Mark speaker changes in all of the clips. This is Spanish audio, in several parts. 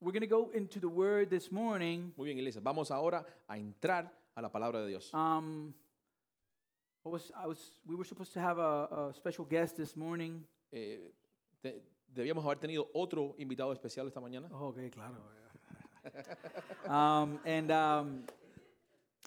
Speaker 1: We're going to go into the word this morning.
Speaker 2: Muy bien, Elisa, vamos ahora a entrar a la palabra de Dios.
Speaker 1: Um, what was I was? We were supposed to have a, a special guest this morning.
Speaker 2: Eh, te- debíamos haber tenido otro invitado especial esta mañana.
Speaker 1: Oh, okay, claro.
Speaker 2: Oh,
Speaker 1: um, and um,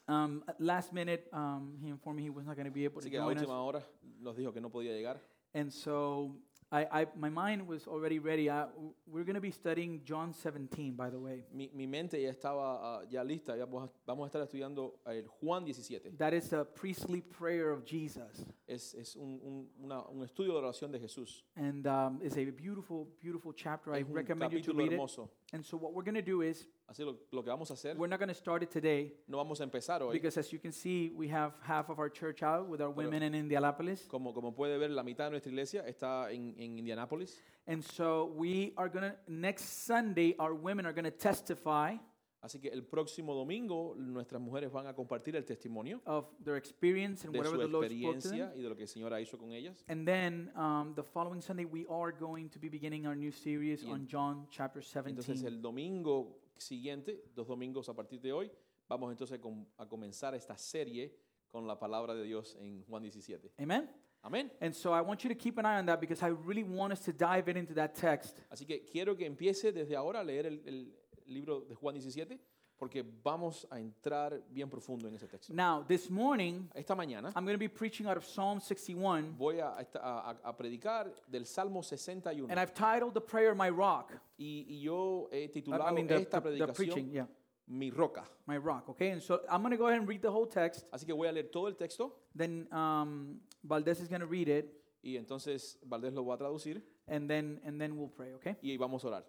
Speaker 1: um, at last minute, um, he informed me he was not going to be able
Speaker 2: Así
Speaker 1: to
Speaker 2: que a
Speaker 1: join us.
Speaker 2: última hora nos dijo que no podía llegar.
Speaker 1: And so, I, I, my mind was already ready. I, we're going to be studying John 17, by the way.
Speaker 2: Mi, mi mente ya estaba ah, ya lista. ya vamos, a, vamos a estar estudiando el Juan 17.
Speaker 1: That is a priestly prayer of Jesus,
Speaker 2: Es, es un, un- una- un estudio de la oración de Jesús.
Speaker 1: and um, it's a beautiful, beautiful chapter. I
Speaker 2: Es un
Speaker 1: recommend you to
Speaker 2: capítulo
Speaker 1: read it.
Speaker 2: hermoso.
Speaker 1: And so, what we're going to do is
Speaker 2: Así lo, lo que vamos a hacer,
Speaker 1: We're not going to start it today
Speaker 2: no vamos a empezar hoy.
Speaker 1: because, as you can see, we have half of our church out with our women in Indianapolis.
Speaker 2: Como, como puede ver, la mitad de nuestra iglesia está en, en Indianápolis.
Speaker 1: And so we are going to, next Sunday, our women are going to testify
Speaker 2: Así que el próximo domingo nuestras mujeres van a compartir el testimonio
Speaker 1: of their experience and
Speaker 2: de
Speaker 1: whatever
Speaker 2: su
Speaker 1: the Lord spoke to them.
Speaker 2: experiencia y de lo que el Señor ha hecho con ellas.
Speaker 1: And then um, the following Sunday, we are going to be beginning our new series
Speaker 2: Y en-
Speaker 1: on John chapter
Speaker 2: Entonces
Speaker 1: 17.
Speaker 2: el domingo siguiente, dos domingos a partir de hoy, vamos entonces com- a comenzar esta serie con la palabra de Dios en Juan 17.
Speaker 1: Amen?
Speaker 2: Amén.
Speaker 1: And so I want you to keep an eye on that because I really want us to dive in into that text.
Speaker 2: Así que quiero que empiece desde ahora a leer el, el libro de Juan 17 porque vamos a entrar bien profundo en ese texto.
Speaker 1: Now, this morning,
Speaker 2: Esta mañana
Speaker 1: I'm going to be preaching out of Psalm 61,
Speaker 2: voy a, esta- a- a predicar del Salmo 61
Speaker 1: and I've titled the prayer My Rock.
Speaker 2: y, y yo he
Speaker 1: I-
Speaker 2: titulado
Speaker 1: I mean, the,
Speaker 2: esta
Speaker 1: the- the preaching,
Speaker 2: predicación
Speaker 1: yeah,
Speaker 2: Mi Roca.
Speaker 1: my rock. Okay, and so I'm going to go ahead and read the whole text.
Speaker 2: Así que voy a leer todo el texto
Speaker 1: Then um, Valdez is going to read it,
Speaker 2: y entonces Valdés lo va a traducir
Speaker 1: and then and then we'll pray. Okay.
Speaker 2: y vamos a orar.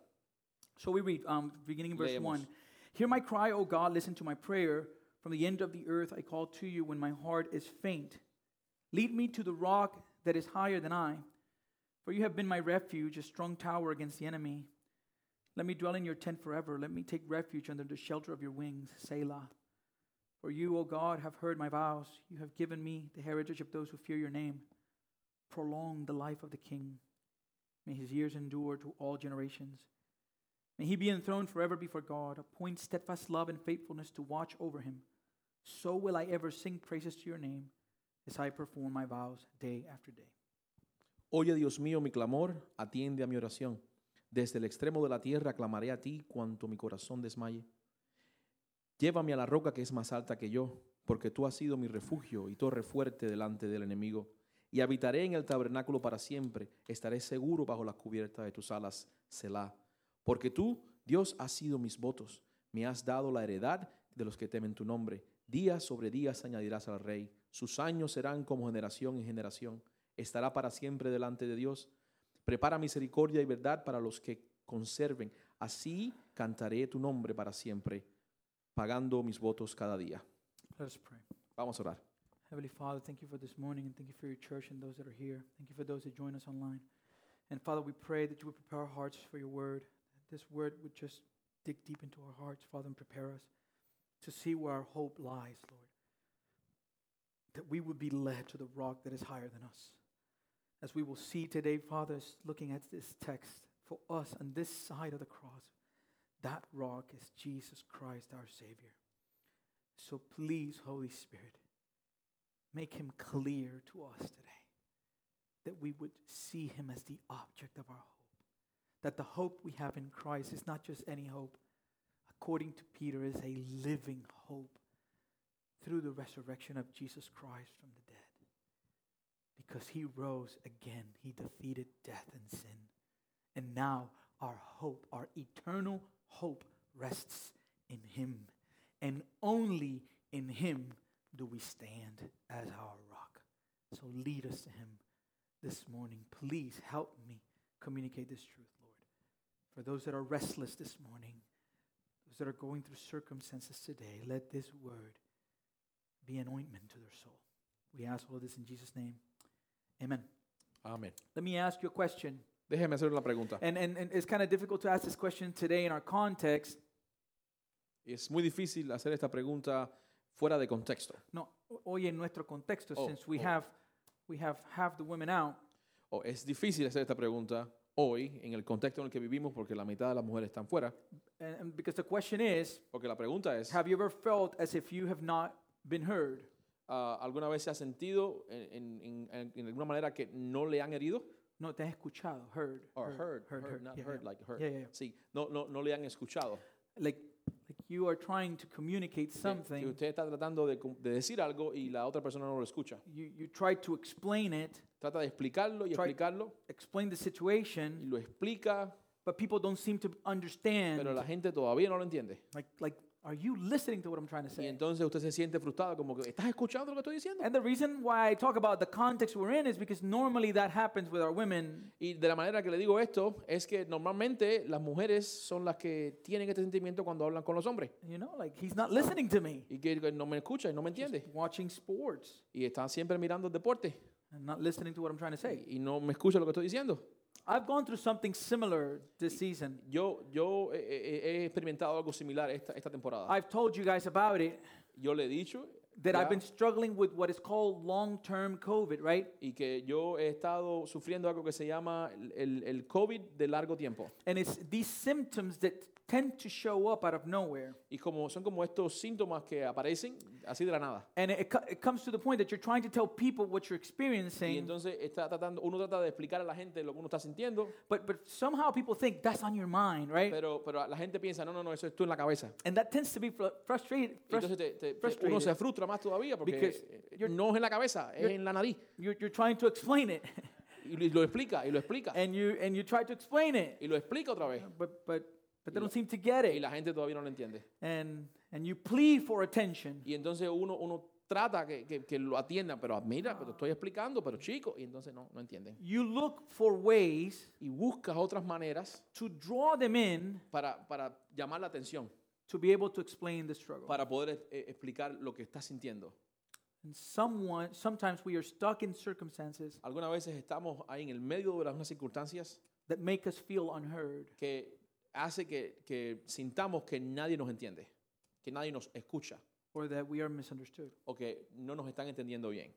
Speaker 1: So we read, um, beginning in verse
Speaker 2: Leemos.
Speaker 1: one. Hear my cry, O God! Listen to my prayer. From the end of the earth, I call to you when my heart is faint. Lead me to the rock that is higher than I, for you have been my refuge, a strong tower against the enemy. Let me dwell in your tent forever. Let me take refuge under the shelter of your wings, Selah. For you, O God, have heard my vows. You have given me the heritage of those who fear your name. Prolong the life of the king. May his years endure to all generations. May he be enthroned forever before God. Appoint steadfast love and faithfulness to watch over him. So will I ever sing praises to your name as I perform my vows day after day.
Speaker 2: Oye, Dios mío, mi clamor, atiende a mi oración. Desde el extremo de la tierra clamaré a ti cuanto mi corazón desmaye. Llévame a la roca que es más alta que yo, porque tú has sido mi refugio y torre fuerte delante del enemigo. Y habitaré en el tabernáculo para siempre, estaré seguro bajo las cubiertas de tus alas, Selah. Porque tú, Dios, has sido mis votos, me has dado la heredad de los que temen tu nombre. Día sobre día añadirás al rey, sus años serán como generación en generación estará para siempre delante de Dios. Prepara misericordia y verdad para los que conserven. Así cantaré tu nombre para siempre, pagando mis votos cada día.
Speaker 1: Let us pray.
Speaker 2: Vamos a orar.
Speaker 1: Heavenly Father, thank you for this morning and thank you for your church and those that are here. Thank you for those that join us online. And Father, we pray that you would prepare our hearts for your word. That this word would just dig deep into our hearts, Father, and prepare us to see where our hope lies, Lord. That we would be led to the rock that is higher than us. As we will see today, Father, is looking at this text, for us on this side of the cross, that rock is Jesus Christ, our Savior. So please, Holy Spirit, make him clear to us today. That we would see him as the object of our hope. That the hope we have in Christ is not just any hope. According to Peter, is a living hope through the resurrection of Jesus Christ from the dead. Because he rose again, he defeated death and sin. And now our hope, our eternal hope, rests in him. And only in him do we stand as our rock. So lead us to him this morning. Please help me communicate this truth, Lord. For those that are restless this morning, those that are going through circumstances today, let this word be an ointment to their soul. We ask all of this in Jesus' name. Amen.
Speaker 2: Amén.
Speaker 1: Let me ask you a question.
Speaker 2: Déjeme hacer una pregunta.
Speaker 1: And, and, and it's kind of difficult to ask this question today in our context.
Speaker 2: Es muy difícil hacer esta pregunta fuera de contexto.
Speaker 1: No, hoy en nuestro contexto,
Speaker 2: Oh,
Speaker 1: since we
Speaker 2: oh.
Speaker 1: have we have half the women out,
Speaker 2: O es difícil hacer esta pregunta hoy, en el contexto en el que vivimos, porque la mitad de las mujeres están fuera,
Speaker 1: And, and because the question is,
Speaker 2: porque la pregunta es,
Speaker 1: have you ever felt as if you have not been heard?
Speaker 2: ah, ¿alguna vez se ha sentido en, en- en- en alguna manera que no le han herido?
Speaker 1: No, te has escuchado, heard.
Speaker 2: Or
Speaker 1: heard,
Speaker 2: heard, heard, not
Speaker 1: yeah,
Speaker 2: heard,
Speaker 1: yeah.
Speaker 2: like heard.
Speaker 1: Yeah, yeah, yeah.
Speaker 2: Sí, no, no, no le han escuchado.
Speaker 1: Like, like you are trying to communicate
Speaker 2: Que- Que
Speaker 1: something.
Speaker 2: usted está tratando de, com- de decir algo y la otra persona no lo escucha.
Speaker 1: You, you try to explain it,
Speaker 2: Trata de explicarlo y
Speaker 1: Try-
Speaker 2: explicarlo
Speaker 1: explain the
Speaker 2: y
Speaker 1: situation,
Speaker 2: lo explica,
Speaker 1: but people don't seem to
Speaker 2: pero
Speaker 1: understand.
Speaker 2: la gente todavía no lo entiende.
Speaker 1: Like, like, are you listening to what I'm trying to
Speaker 2: Y
Speaker 1: say?
Speaker 2: entonces usted se siente frustrado, como que estás escuchando lo que estoy diciendo.
Speaker 1: And the reason why I talk about the context we're in is because normally that happens with our women.
Speaker 2: Y de la manera que le digo esto es que normalmente las mujeres son las que tienen este sentimiento cuando hablan con los hombres
Speaker 1: You know, like he's not listening to me.
Speaker 2: y que que no me escucha y no me entiende
Speaker 1: Watching sports
Speaker 2: y están siempre mirando el deporte
Speaker 1: and not listening to what I'm trying to say.
Speaker 2: y no me escucha lo que estoy diciendo.
Speaker 1: I've gone through something similar this season.
Speaker 2: Yo, yo eh, eh, eh, he experimentado algo similar esta, esta temporada.
Speaker 1: I've told you guys about it
Speaker 2: Yo le he dicho
Speaker 1: that
Speaker 2: ya,
Speaker 1: I've been struggling with what is called long-term COVID, right?
Speaker 2: y que yo he estado sufriendo algo que se llama el- el, el COVID de largo tiempo.
Speaker 1: And it's these symptoms that tend to show up out of nowhere.
Speaker 2: Y como, son como estos síntomas que aparecen así de la nada.
Speaker 1: And it, it, co- it comes to the point that you're trying to tell people what you're
Speaker 2: Y
Speaker 1: experiencing,
Speaker 2: entonces está tratando, uno trata de explicar a la gente lo que uno está sintiendo,
Speaker 1: but, but somehow people think that's on your mind, right?
Speaker 2: pero, pero la gente piensa, no, no, no, eso es tú en la cabeza.
Speaker 1: And that tends to be fru- frustrated.
Speaker 2: Y
Speaker 1: frus-
Speaker 2: Entonces te- te- te- uno
Speaker 1: frustrated.
Speaker 2: se frustra más todavía porque
Speaker 1: Because
Speaker 2: eh, eh,
Speaker 1: you're-
Speaker 2: no es en la cabeza, es en la nariz.
Speaker 1: You're, you're trying to explain it,
Speaker 2: Y lo, y lo explica, y lo explica,
Speaker 1: and you and you try to explain it,
Speaker 2: y lo explica otra vez.
Speaker 1: but but but they
Speaker 2: Y la-
Speaker 1: don't seem to get
Speaker 2: Y
Speaker 1: it,
Speaker 2: la gente todavía no lo entiende.
Speaker 1: and and you plead for attention.
Speaker 2: Y entonces uno, uno trata que, que- que lo atiendan, pero "Ah, mira, pero te estoy explicando, pero chico, y entonces no, no entienden.
Speaker 1: You look for ways
Speaker 2: Y buscas otras maneras
Speaker 1: to draw them in
Speaker 2: para, para llamar la atención,
Speaker 1: to be able to explain the struggle.
Speaker 2: para poder eh, explicar lo que estás sintiendo.
Speaker 1: And someone, sometimes we are stuck in circumstances
Speaker 2: Algunas veces estamos ahí en el medio de las unas circunstancias
Speaker 1: that make us feel unheard.
Speaker 2: que hace que, que sintamos que nadie nos entiende, que nadie nos escucha
Speaker 1: or that we are misunderstood.
Speaker 2: o que no nos están entendiendo bien.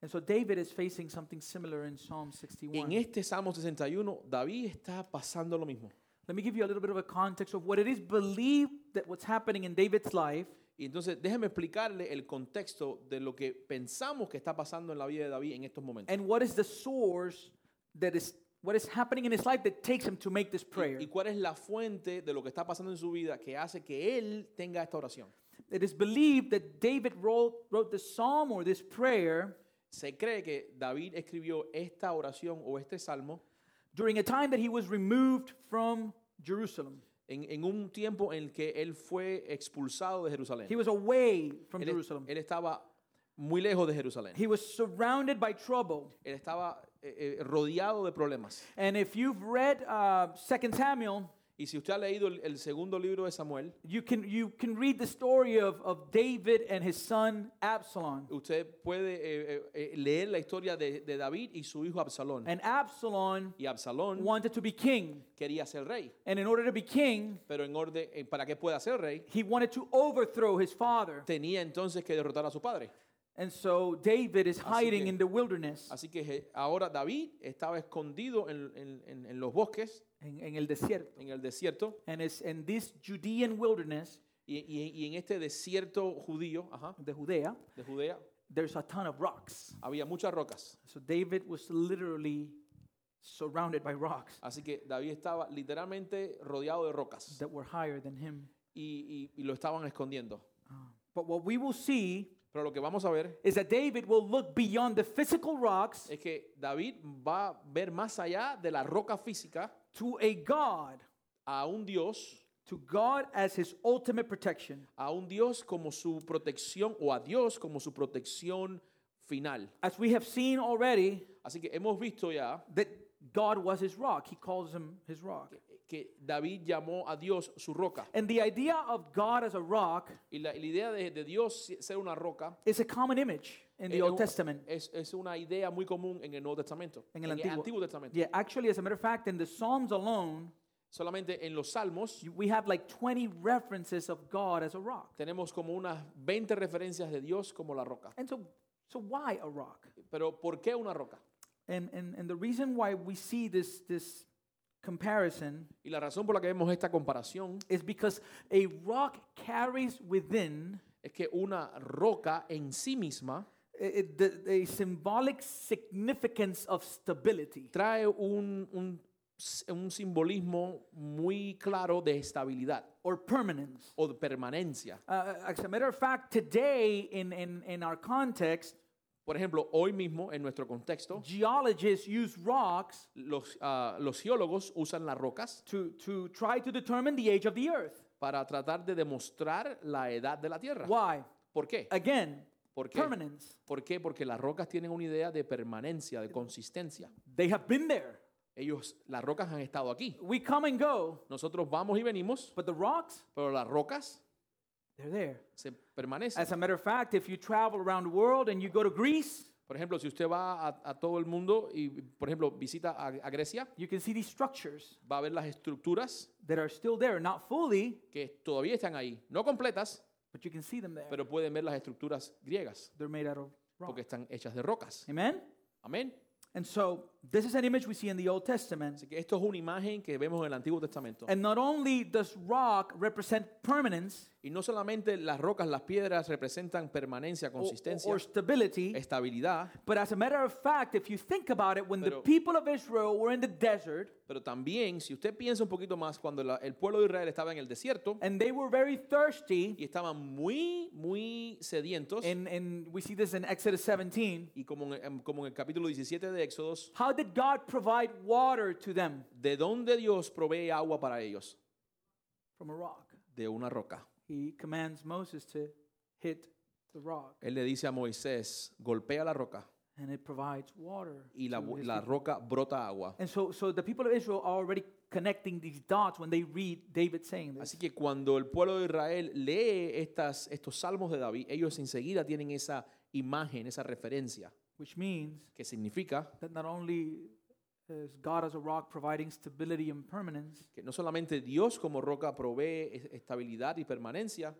Speaker 1: And so David is facing something similar in Psalm
Speaker 2: En
Speaker 1: 61.
Speaker 2: este Salmo 61, David está pasando lo mismo.
Speaker 1: Let me give you a little bit of a context of what it is believed that what's happening in David's life
Speaker 2: Y entonces déjeme explicarle el contexto de lo que pensamos que está pasando en la vida de David en estos momentos.
Speaker 1: and what is the source that is what is happening in his life that takes him to make this prayer.
Speaker 2: Y, y cuál es la fuente de lo que está pasando en su vida que hace que él tenga esta oración.
Speaker 1: It is believed that David wrote, wrote this psalm or this prayer
Speaker 2: Se cree que David escribió esta oración o este salmo
Speaker 1: during a time that he was removed from Jerusalem.
Speaker 2: en, en un tiempo en el que él fue expulsado de Jerusalén.
Speaker 1: He was away from
Speaker 2: Él, es-
Speaker 1: Jerusalem.
Speaker 2: él estaba muy lejos de Jerusalén.
Speaker 1: He was surrounded by trouble.
Speaker 2: Él estaba eh, eh, rodeado de problemas.
Speaker 1: And if you've read uh, 2 Samuel,
Speaker 2: Y si usted ha leído el, el segundo libro de Samuel,
Speaker 1: You can, you can read the story of, of David and his son Absalom.
Speaker 2: usted puede eh, eh, eh, leer la historia de, de David y su hijo Absalón.
Speaker 1: And Absalom
Speaker 2: Y Absalón
Speaker 1: wanted to be king.
Speaker 2: quería ser rey,
Speaker 1: And in order to be king,
Speaker 2: pero en orden eh, para que pueda ser rey,
Speaker 1: he wanted to overthrow his father.
Speaker 2: tenía entonces que derrotar a su padre.
Speaker 1: And so David is hiding
Speaker 2: que-
Speaker 1: in the wilderness,
Speaker 2: Así que eh, ahora David estaba escondido en- en- en- en los bosques,
Speaker 1: en, en el desierto.
Speaker 2: en el desierto,
Speaker 1: And it's in this Judean wilderness,
Speaker 2: Y, y- y en este desierto judío, ajá,
Speaker 1: the Judea,
Speaker 2: de Judea,
Speaker 1: there's a ton of rocks.
Speaker 2: había muchas rocas.
Speaker 1: So David was literally surrounded by rocks
Speaker 2: Así que David estaba literalmente rodeado de rocas
Speaker 1: that were higher than him.
Speaker 2: y, y- y lo estaban escondiendo.
Speaker 1: But what we will see
Speaker 2: Pero lo que vamos a ver
Speaker 1: is that David will look beyond the physical rocks
Speaker 2: es que David va a ver más allá de la roca física
Speaker 1: to a God,
Speaker 2: a un Dios,
Speaker 1: to God as his ultimate protection,
Speaker 2: a un Dios como su protección o a Dios como su protección final.
Speaker 1: as we have seen already
Speaker 2: Así que hemos visto ya
Speaker 1: that God was his rock. He calls him his rock.
Speaker 2: que David llamó a Dios su roca.
Speaker 1: And the idea of God as a rock
Speaker 2: Y la, y la idea de- de Dios ser una roca
Speaker 1: is a common image in the
Speaker 2: Eh,
Speaker 1: Old
Speaker 2: eh,
Speaker 1: Testament.
Speaker 2: Es, es una idea muy común en el Nuevo Testamento.
Speaker 1: En el Antiguo.
Speaker 2: Testamento.
Speaker 1: Yeah, actually, as a matter of fact, in the Psalms alone,
Speaker 2: Solamente en los Salmos
Speaker 1: you- we have like 20 references of God as a rock.
Speaker 2: tenemos como unas 20 referencias de Dios como la roca.
Speaker 1: And so, so why a rock?
Speaker 2: Pero ¿por qué una roca?
Speaker 1: And, and, and the reason why we see this, this comparison
Speaker 2: Y la razón por la que vemos esta comparación
Speaker 1: is because a rock carries within
Speaker 2: es que una roca en sí misma
Speaker 1: i- i- the, the symbolic significance of stability.
Speaker 2: trae un, un, s- un simbolismo muy claro de estabilidad
Speaker 1: or permanence.
Speaker 2: o de permanencia.
Speaker 1: Uh, as a matter of fact, today in, in, in our context,
Speaker 2: Por ejemplo, hoy mismo en nuestro contexto,
Speaker 1: geologists use rocks
Speaker 2: los, ah, los geólogos usan las rocas
Speaker 1: to, to try to determine the age of the earth.
Speaker 2: para tratar de demostrar la edad de la Tierra.
Speaker 1: Why?
Speaker 2: ¿Por qué?
Speaker 1: Again,
Speaker 2: ¿Por qué?
Speaker 1: permanence.
Speaker 2: ¿Por qué? Porque las rocas tienen una idea de permanencia, de consistencia.
Speaker 1: They have been there.
Speaker 2: Ellos, las rocas han estado aquí.
Speaker 1: We come and go,
Speaker 2: Nosotros vamos y venimos,
Speaker 1: but the rocks,
Speaker 2: pero las rocas
Speaker 1: they're there.
Speaker 2: se permanecen.
Speaker 1: As a matter of fact, if you travel around the world and you go to Greece,
Speaker 2: Por ejemplo, si usted va a, a todo el mundo y, por ejemplo, visita a, a Grecia,
Speaker 1: you can see these structures
Speaker 2: va a ver las estructuras
Speaker 1: that are still there, not fully,
Speaker 2: que todavía están ahí. No completas,
Speaker 1: but you can see them there.
Speaker 2: pero pueden ver las estructuras griegas,
Speaker 1: They're made out of rock.
Speaker 2: porque están hechas de rocas.
Speaker 1: Amen?
Speaker 2: Amén.
Speaker 1: And so, this is an image we see in the Old Testament.
Speaker 2: Así que esto es una imagen que vemos en el Antiguo Testamento.
Speaker 1: And not only does rock represent permanence
Speaker 2: Y no solamente las rocas, las piedras representan permanencia,
Speaker 1: or,
Speaker 2: consistencia,
Speaker 1: or stability,
Speaker 2: estabilidad,
Speaker 1: but as a matter of fact, if you think about it, when the
Speaker 2: Pero-
Speaker 1: people of Israel were in the desert
Speaker 2: pero también, si usted piensa un poquito más, cuando la- el pueblo de Israel estaba en el desierto
Speaker 1: and they were very thirsty,
Speaker 2: y estaban muy, muy sedientos,
Speaker 1: and, and we see this in Exodus 17,
Speaker 2: y como en, en- como en el capítulo 17 de Éxodos,
Speaker 1: how did God provide water to them?
Speaker 2: ¿de dónde Dios provee agua para ellos?
Speaker 1: From a rock.
Speaker 2: De una roca.
Speaker 1: He commands Moses to hit the rock,
Speaker 2: Él le dice a Moisés, golpea la roca
Speaker 1: and it provides water.
Speaker 2: y la,
Speaker 1: to his
Speaker 2: la
Speaker 1: people.
Speaker 2: roca brota agua.
Speaker 1: and so, so the people of Israel are already connecting these dots when they read David saying this.
Speaker 2: Así que cuando el pueblo de Israel lee estas, estos salmos de David, ellos enseguida tienen esa imagen, esa referencia,
Speaker 1: which means
Speaker 2: que significa
Speaker 1: that not only is God as a rock providing stability and permanence,
Speaker 2: que no solamente Dios como roca provee es- estabilidad y permanencia,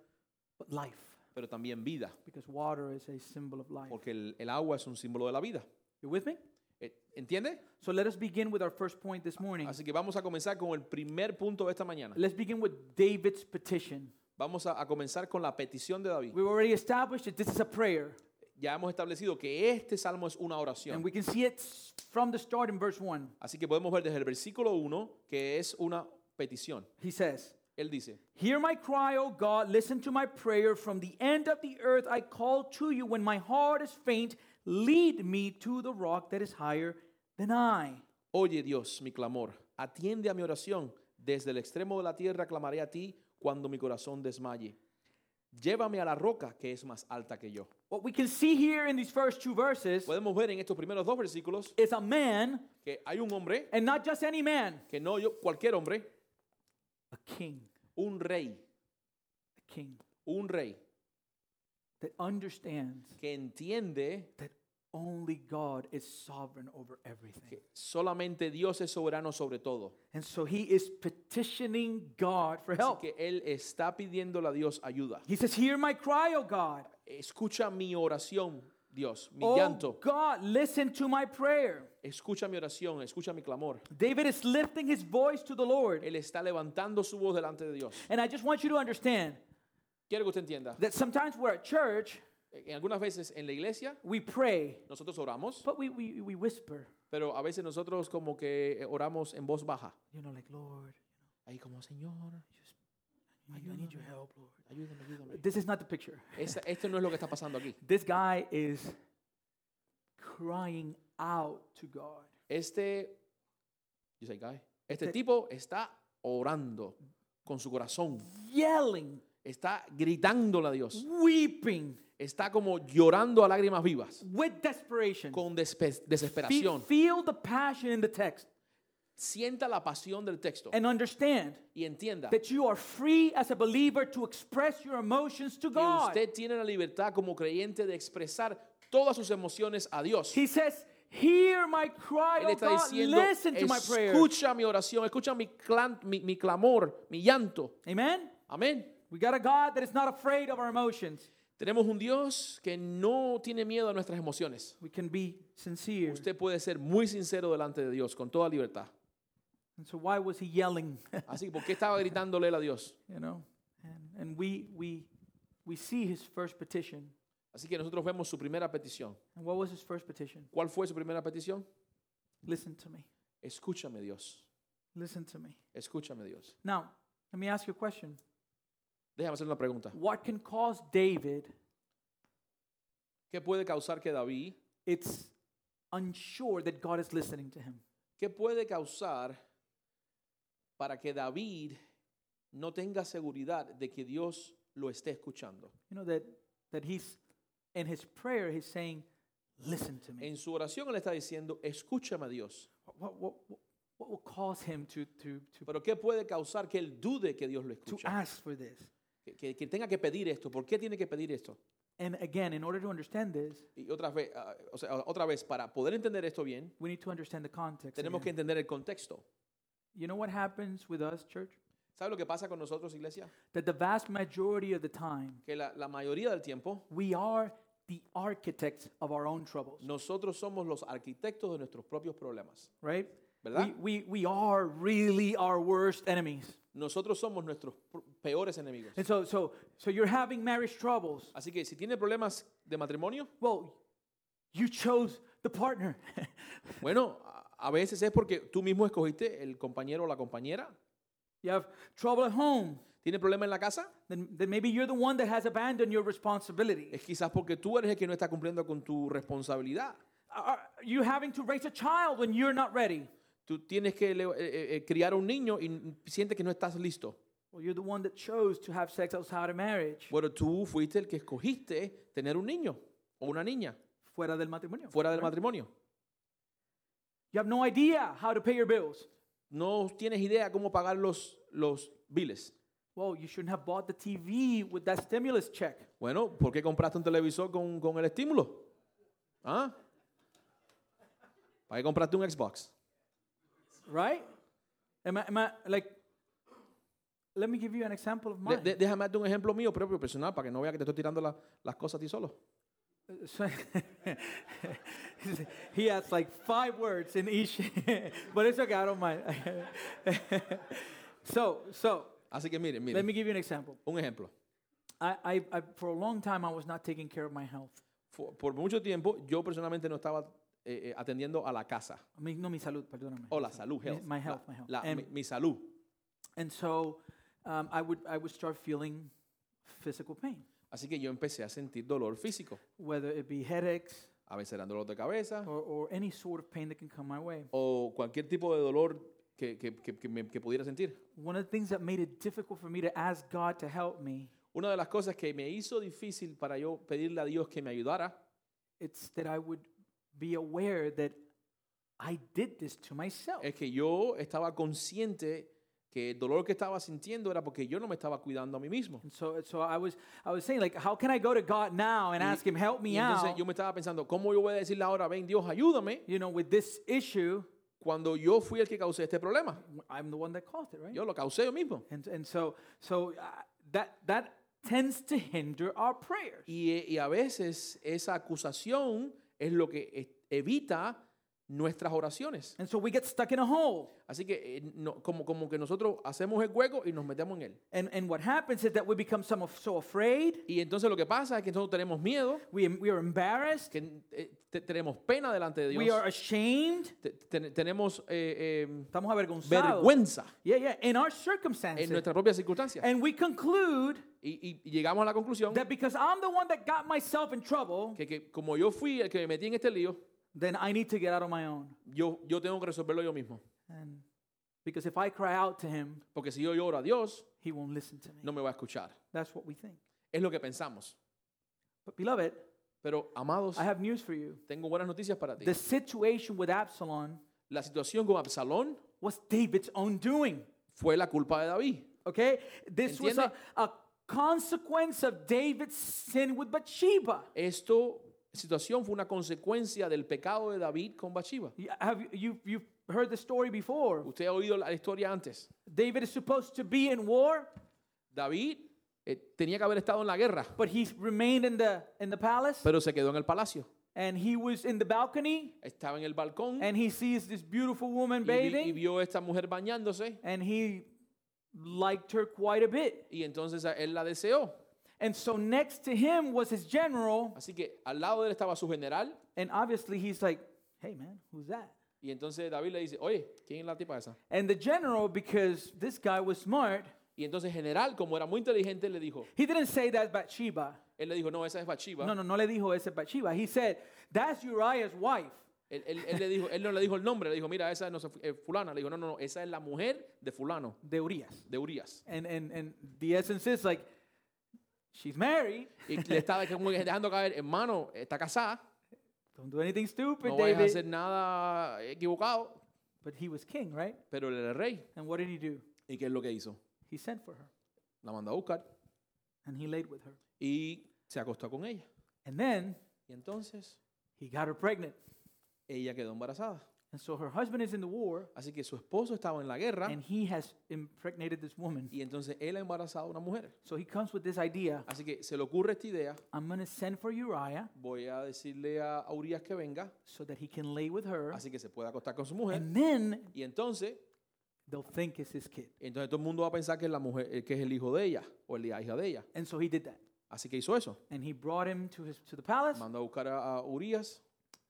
Speaker 1: but life,
Speaker 2: pero también vida,
Speaker 1: because water is a symbol of life.
Speaker 2: porque el, el agua es un símbolo de la vida.
Speaker 1: You with me?
Speaker 2: Eh, ¿Entiende?
Speaker 1: So let us begin with our first point this morning.
Speaker 2: Así que vamos a comenzar con el primer punto de esta mañana.
Speaker 1: Let's begin with David's petition.
Speaker 2: Vamos a, a comenzar con la petición de David.
Speaker 1: We've already established that this is a prayer,
Speaker 2: Ya hemos establecido que este salmo es una
Speaker 1: and
Speaker 2: oración.
Speaker 1: we can see it s- from the start in verse 1.
Speaker 2: Así que podemos ver desde el versículo 1 que es una petición.
Speaker 1: He says,
Speaker 2: Él dice,
Speaker 1: Hear my cry, O God, listen to my prayer. From the end of the earth I call to you when my heart is faint. Lead me to the rock that is higher than I.
Speaker 2: Oye Dios, mi clamor, atiende a mi oración. Desde el extremo de la tierra clamaré a ti cuando mi corazón desmaye. Llévame a la roca que es más alta que yo.
Speaker 1: What we can see here in these first two verses
Speaker 2: Podemos ver en estos primeros dos versículos
Speaker 1: is a man,
Speaker 2: que hay un hombre,
Speaker 1: and not just any man,
Speaker 2: que no yo, cualquier hombre,
Speaker 1: a king,
Speaker 2: un rey,
Speaker 1: a king
Speaker 2: un rey
Speaker 1: that understands
Speaker 2: que entiende
Speaker 1: that only God is sovereign over everything.
Speaker 2: que solamente Dios es soberano sobre todo.
Speaker 1: And so he is petitioning God for
Speaker 2: Así
Speaker 1: help.
Speaker 2: que él está pidiéndole a Dios ayuda.
Speaker 1: He says, Hear my cry, O God.
Speaker 2: Escucha mi oración, Dios, mi
Speaker 1: Oh
Speaker 2: llanto.
Speaker 1: God, listen to my prayer.
Speaker 2: Escucha mi oración, escucha mi clamor.
Speaker 1: David is lifting his voice to the Lord.
Speaker 2: Él está levantando su voz delante de Dios.
Speaker 1: And I just want you to understand
Speaker 2: Quiero que usted entienda.
Speaker 1: that sometimes we're at church,
Speaker 2: En algunas veces en la iglesia
Speaker 1: we pray,
Speaker 2: nosotros oramos,
Speaker 1: but we, we, we whisper,
Speaker 2: pero a veces nosotros como que oramos en voz baja.
Speaker 1: you know, like, Lord,
Speaker 2: Ahí como, Señor,
Speaker 1: I need- I need your help, Lord.
Speaker 2: ayúdame, ayúdame.
Speaker 1: This is not the picture.
Speaker 2: Esa- esto no es lo que está pasando aquí.
Speaker 1: This guy is crying out to God.
Speaker 2: Este, you say, guy, este
Speaker 1: Te-
Speaker 2: tipo está orando con su corazón.
Speaker 1: Yelling,
Speaker 2: Está gritándole a Dios.
Speaker 1: weeping
Speaker 2: Está como llorando a lágrimas vivas.
Speaker 1: with desperation.
Speaker 2: Con despe-
Speaker 1: Fe-
Speaker 2: desesperación.
Speaker 1: feel the passion in the text
Speaker 2: Sienta la pasión del texto.
Speaker 1: and understand
Speaker 2: Y entienda que
Speaker 1: that you are free as a believer to express your emotions to God.
Speaker 2: usted tiene la libertad como creyente de expresar todas sus emociones a Dios.
Speaker 1: He says, Hear my cry,
Speaker 2: Él
Speaker 1: O
Speaker 2: está
Speaker 1: God,
Speaker 2: diciendo,
Speaker 1: listen to my prayer.
Speaker 2: escucha mi oración, escucha mi, clan- mi, mi clamor, mi llanto.
Speaker 1: Amen?
Speaker 2: Amén.
Speaker 1: We got a God that is not afraid of our emotions.
Speaker 2: Tenemos un Dios que no tiene miedo a nuestras emociones.
Speaker 1: We can be sincere.
Speaker 2: Usted puede ser muy sincero delante de Dios con toda libertad.
Speaker 1: And so why was he yelling?
Speaker 2: Así que, ¿por qué estaba gritándole él a Dios?
Speaker 1: you know? And, and we, we, we see his first petition.
Speaker 2: Así que nosotros vemos su primera petición.
Speaker 1: And what was his first petition?
Speaker 2: ¿Cuál fue su primera petición?
Speaker 1: Listen to me.
Speaker 2: Escúchame Dios,
Speaker 1: Listen to me.
Speaker 2: escúchame Dios.
Speaker 1: Now, let me ask you a question.
Speaker 2: Déjame hacer una pregunta.
Speaker 1: What can cause David
Speaker 2: ¿Qué puede causar que David,
Speaker 1: it's unsure that God is listening to him?
Speaker 2: qué puede causar para que David no tenga seguridad de que Dios lo esté escuchando?
Speaker 1: You know that that he's in his prayer he's saying, "Listen to me."
Speaker 2: En su oración él está diciendo, escúchame Dios.
Speaker 1: What what what, what will cause him to to to
Speaker 2: Pero ¿qué puede causar que él dude que Dios lo
Speaker 1: to
Speaker 2: escucha?
Speaker 1: ask for this?
Speaker 2: Que, que- que tenga que pedir esto. ¿Por qué tiene que pedir esto?
Speaker 1: And again, in order to understand this,
Speaker 2: Y otra vez, ah, o sea, otra vez para poder entender esto bien,
Speaker 1: we need to understand the context.
Speaker 2: tenemos que
Speaker 1: again.
Speaker 2: entender el contexto.
Speaker 1: you know what happens with us, church?
Speaker 2: ¿Sabe lo que pasa con nosotros, iglesia?
Speaker 1: That the vast majority of the time,
Speaker 2: Que la- la mayoría del tiempo
Speaker 1: we are the architects of our own troubles,
Speaker 2: Nosotros somos los arquitectos de nuestros propios problemas,
Speaker 1: right?
Speaker 2: ¿verdad?
Speaker 1: We, we, we are really our worst enemies.
Speaker 2: Nosotros somos nuestros pr- peores enemigos.
Speaker 1: And so, so, so you're having marriage troubles.
Speaker 2: Así que si tiene problemas de matrimonio,
Speaker 1: Well, you chose the partner.
Speaker 2: bueno, a- a veces es porque tú mismo escogiste el compañero o la compañera.
Speaker 1: you have trouble at home.
Speaker 2: ¿Tiene problema en la casa?
Speaker 1: Then, then maybe you're the one that has abandoned your responsibility.
Speaker 2: Es quizás porque tú eres el que no está cumpliendo con tu responsabilidad.
Speaker 1: Are you having to raise a child when you're not ready?
Speaker 2: Tú tienes que le- eh, eh, criar a un niño y n- sientes que no estás listo.
Speaker 1: Well, you're the one that chose to have sex outside of marriage.
Speaker 2: Bueno, tú fuiste el que escogiste tener un niño o una niña
Speaker 1: Fuera del matrimonio.
Speaker 2: fuera del matrimonio.
Speaker 1: You have no idea how to pay your bills.
Speaker 2: No tienes idea cómo pagar los, los biles.
Speaker 1: Well, you shouldn't have bought the TV with that stimulus check.
Speaker 2: Bueno, ¿por qué compraste un televisor con, con el estímulo? ¿Ah? ¿Para qué compraste un Xbox?
Speaker 1: right? Am I, am I like? Let me give you an example of
Speaker 2: De-
Speaker 1: mine.
Speaker 2: de- déjame darte un ejemplo mío propio personal para que no vea que te estoy tirando la- las cosas a ti solo.
Speaker 1: So- he has like five words in each, but it's okay. I don't mind. so, so
Speaker 2: Así que miren,
Speaker 1: let
Speaker 2: miren,
Speaker 1: me give you an example.
Speaker 2: un ejemplo.
Speaker 1: I, I, I, for a long time, I was not taking care of my health.
Speaker 2: Fu- Por mucho tiempo yo personalmente no estaba eh, eh, atendiendo a la casa
Speaker 1: Mi, no, mi salud, perdóname.
Speaker 2: o la salud,
Speaker 1: Mi-
Speaker 2: health.
Speaker 1: my health,
Speaker 2: La-
Speaker 1: my health. Em.
Speaker 2: la-
Speaker 1: And-
Speaker 2: mi, mi salud.
Speaker 1: And so, um, I would, I would start feeling physical pain,
Speaker 2: Así que yo empecé a sentir dolor físico.
Speaker 1: whether it be headaches
Speaker 2: A veces eran dolor de cabeza
Speaker 1: or, or any sort of pain that can come my way.
Speaker 2: o cualquier tipo de dolor que, que- que- que me- que pudiera sentir.
Speaker 1: One of the things that made it difficult for me to ask God to help me,
Speaker 2: Una de las cosas que me hizo difícil para yo pedirle a Dios que me ayudara
Speaker 1: it's that I would be aware that I did this to myself.
Speaker 2: es que yo estaba consciente que el dolor que estaba sintiendo era porque yo no me estaba cuidando a mí mismo.
Speaker 1: And so, so I was, I was saying like, how can I go to God now and
Speaker 2: Y-
Speaker 1: ask Him help me
Speaker 2: Y entonces
Speaker 1: out?
Speaker 2: yo me estaba pensando, ¿cómo yo voy a decirle ahora, ven Dios, ayúdame?
Speaker 1: You know, with this issue,
Speaker 2: Cuando yo fui el que causé este problema.
Speaker 1: I'm the one that caused it, right?
Speaker 2: Yo lo causé yo mismo.
Speaker 1: And and so, so uh, that that tends to hinder our prayers.
Speaker 2: Y, eh, y a veces esa acusación es lo que eh, evita nuestras oraciones.
Speaker 1: And so we get stuck in a hole.
Speaker 2: Así que eh, no- como, como que nosotros hacemos el hueco y nos metemos en él.
Speaker 1: And and what happens is that we become some of, so afraid.
Speaker 2: Y entonces lo que pasa es que nosotros tenemos miedo,
Speaker 1: We we are embarrassed.
Speaker 2: que eh, te- tenemos pena delante de Dios.
Speaker 1: We are ashamed.
Speaker 2: te- te- tenemos eh, eh,
Speaker 1: Estamos avergonzados.
Speaker 2: vergüenza
Speaker 1: Yeah, yeah, in our
Speaker 2: en
Speaker 1: circumstances.
Speaker 2: nuestras propias circunstancias.
Speaker 1: And we conclude
Speaker 2: Y, y- y llegamos a la conclusión
Speaker 1: that because I'm the one that got myself in trouble,
Speaker 2: que, que como yo fui el que me metí en este lío,
Speaker 1: then I need to get out on my own.
Speaker 2: yo, yo tengo que resolverlo yo mismo.
Speaker 1: And because if I cry out to him,
Speaker 2: Porque si yo lloro a Dios,
Speaker 1: he won't listen to me.
Speaker 2: no me va a escuchar.
Speaker 1: That's what we think.
Speaker 2: Es lo que pensamos.
Speaker 1: But beloved,
Speaker 2: Pero, amados,
Speaker 1: I have news for you.
Speaker 2: tengo buenas noticias para ti.
Speaker 1: The situation with Absalom
Speaker 2: La situación con Absalón
Speaker 1: was David's own doing.
Speaker 2: fue la culpa de David.
Speaker 1: Okay? This was a,
Speaker 2: Entiende?
Speaker 1: a consequence of David's sin with Bathsheba.
Speaker 2: Esto situación fue una consecuencia del pecado de David con Bathsheba.
Speaker 1: You- Have you, you you've heard the story before?
Speaker 2: Usted ha oído la historia antes.
Speaker 1: David is supposed to be in war,
Speaker 2: David eh, tenía que haber estado en la guerra,
Speaker 1: but he remained in the in the palace.
Speaker 2: pero se quedó en el palacio.
Speaker 1: and he was in the balcony
Speaker 2: Estaba en el balcón
Speaker 1: and he sees this beautiful woman
Speaker 2: y, vi- y
Speaker 1: bathing
Speaker 2: vio a esta mujer bañándose
Speaker 1: and he liked her quite a bit.
Speaker 2: y entonces a- él la deseó.
Speaker 1: And so next to him was his general
Speaker 2: Así que al lado de él estaba su general
Speaker 1: and obviously he's like, "Hey man, who's that?"
Speaker 2: y entonces David le dice, oye, ¿quién es la tipa esa?
Speaker 1: And the general because this guy was smart,
Speaker 2: Y entonces general, como era muy inteligente, le dijo,
Speaker 1: he didn't say that's Bathsheba.
Speaker 2: él le dijo, no, esa es Bathsheba.
Speaker 1: No, no, no le dijo ese Bathsheba. He said, "That's Uriah's wife."
Speaker 2: Él, él- él le dijo, él no le dijo el nombre, le dijo, mira, esa no es eh, fulana. Le dijo, no, no, no, esa es la mujer de fulano,
Speaker 1: de Urias.
Speaker 2: de Urias.
Speaker 1: And, and, and the essence is like, she's married.
Speaker 2: Y le estaba como dejando caer, hermano, está casada,
Speaker 1: Don't do anything stupid,
Speaker 2: no vayas a
Speaker 1: Pues David.
Speaker 2: hacer nada equivocado,
Speaker 1: But he was king, right?
Speaker 2: pero él era el rey.
Speaker 1: And what did he do?
Speaker 2: ¿Y qué es lo que hizo?
Speaker 1: He sent for her
Speaker 2: La mandó a buscar
Speaker 1: and he laid with her.
Speaker 2: y se acostó con ella.
Speaker 1: And then
Speaker 2: Y entonces
Speaker 1: he got her pregnant.
Speaker 2: ella quedó embarazada.
Speaker 1: And so her husband is in the war
Speaker 2: Así que su esposo estaba en la guerra
Speaker 1: and he has impregnated this woman.
Speaker 2: y entonces él ha embarazado a una mujer.
Speaker 1: So he comes with this idea
Speaker 2: Así que se le ocurre esta idea,
Speaker 1: I'm going to send for Uriah
Speaker 2: voy a decirle a a Urias que venga,
Speaker 1: so that he can lay with her.
Speaker 2: así que se pueda acostar con su mujer.
Speaker 1: And then
Speaker 2: Y entonces
Speaker 1: they'll think it's his kid.
Speaker 2: Entonces todo el mundo va a pensar que es la mujer, eh, que es el hijo de ella o el- la hija de ella.
Speaker 1: And so he did that.
Speaker 2: Así que hizo eso.
Speaker 1: And he brought him to, his, to the palace.
Speaker 2: Mandó a buscar a, a Urias.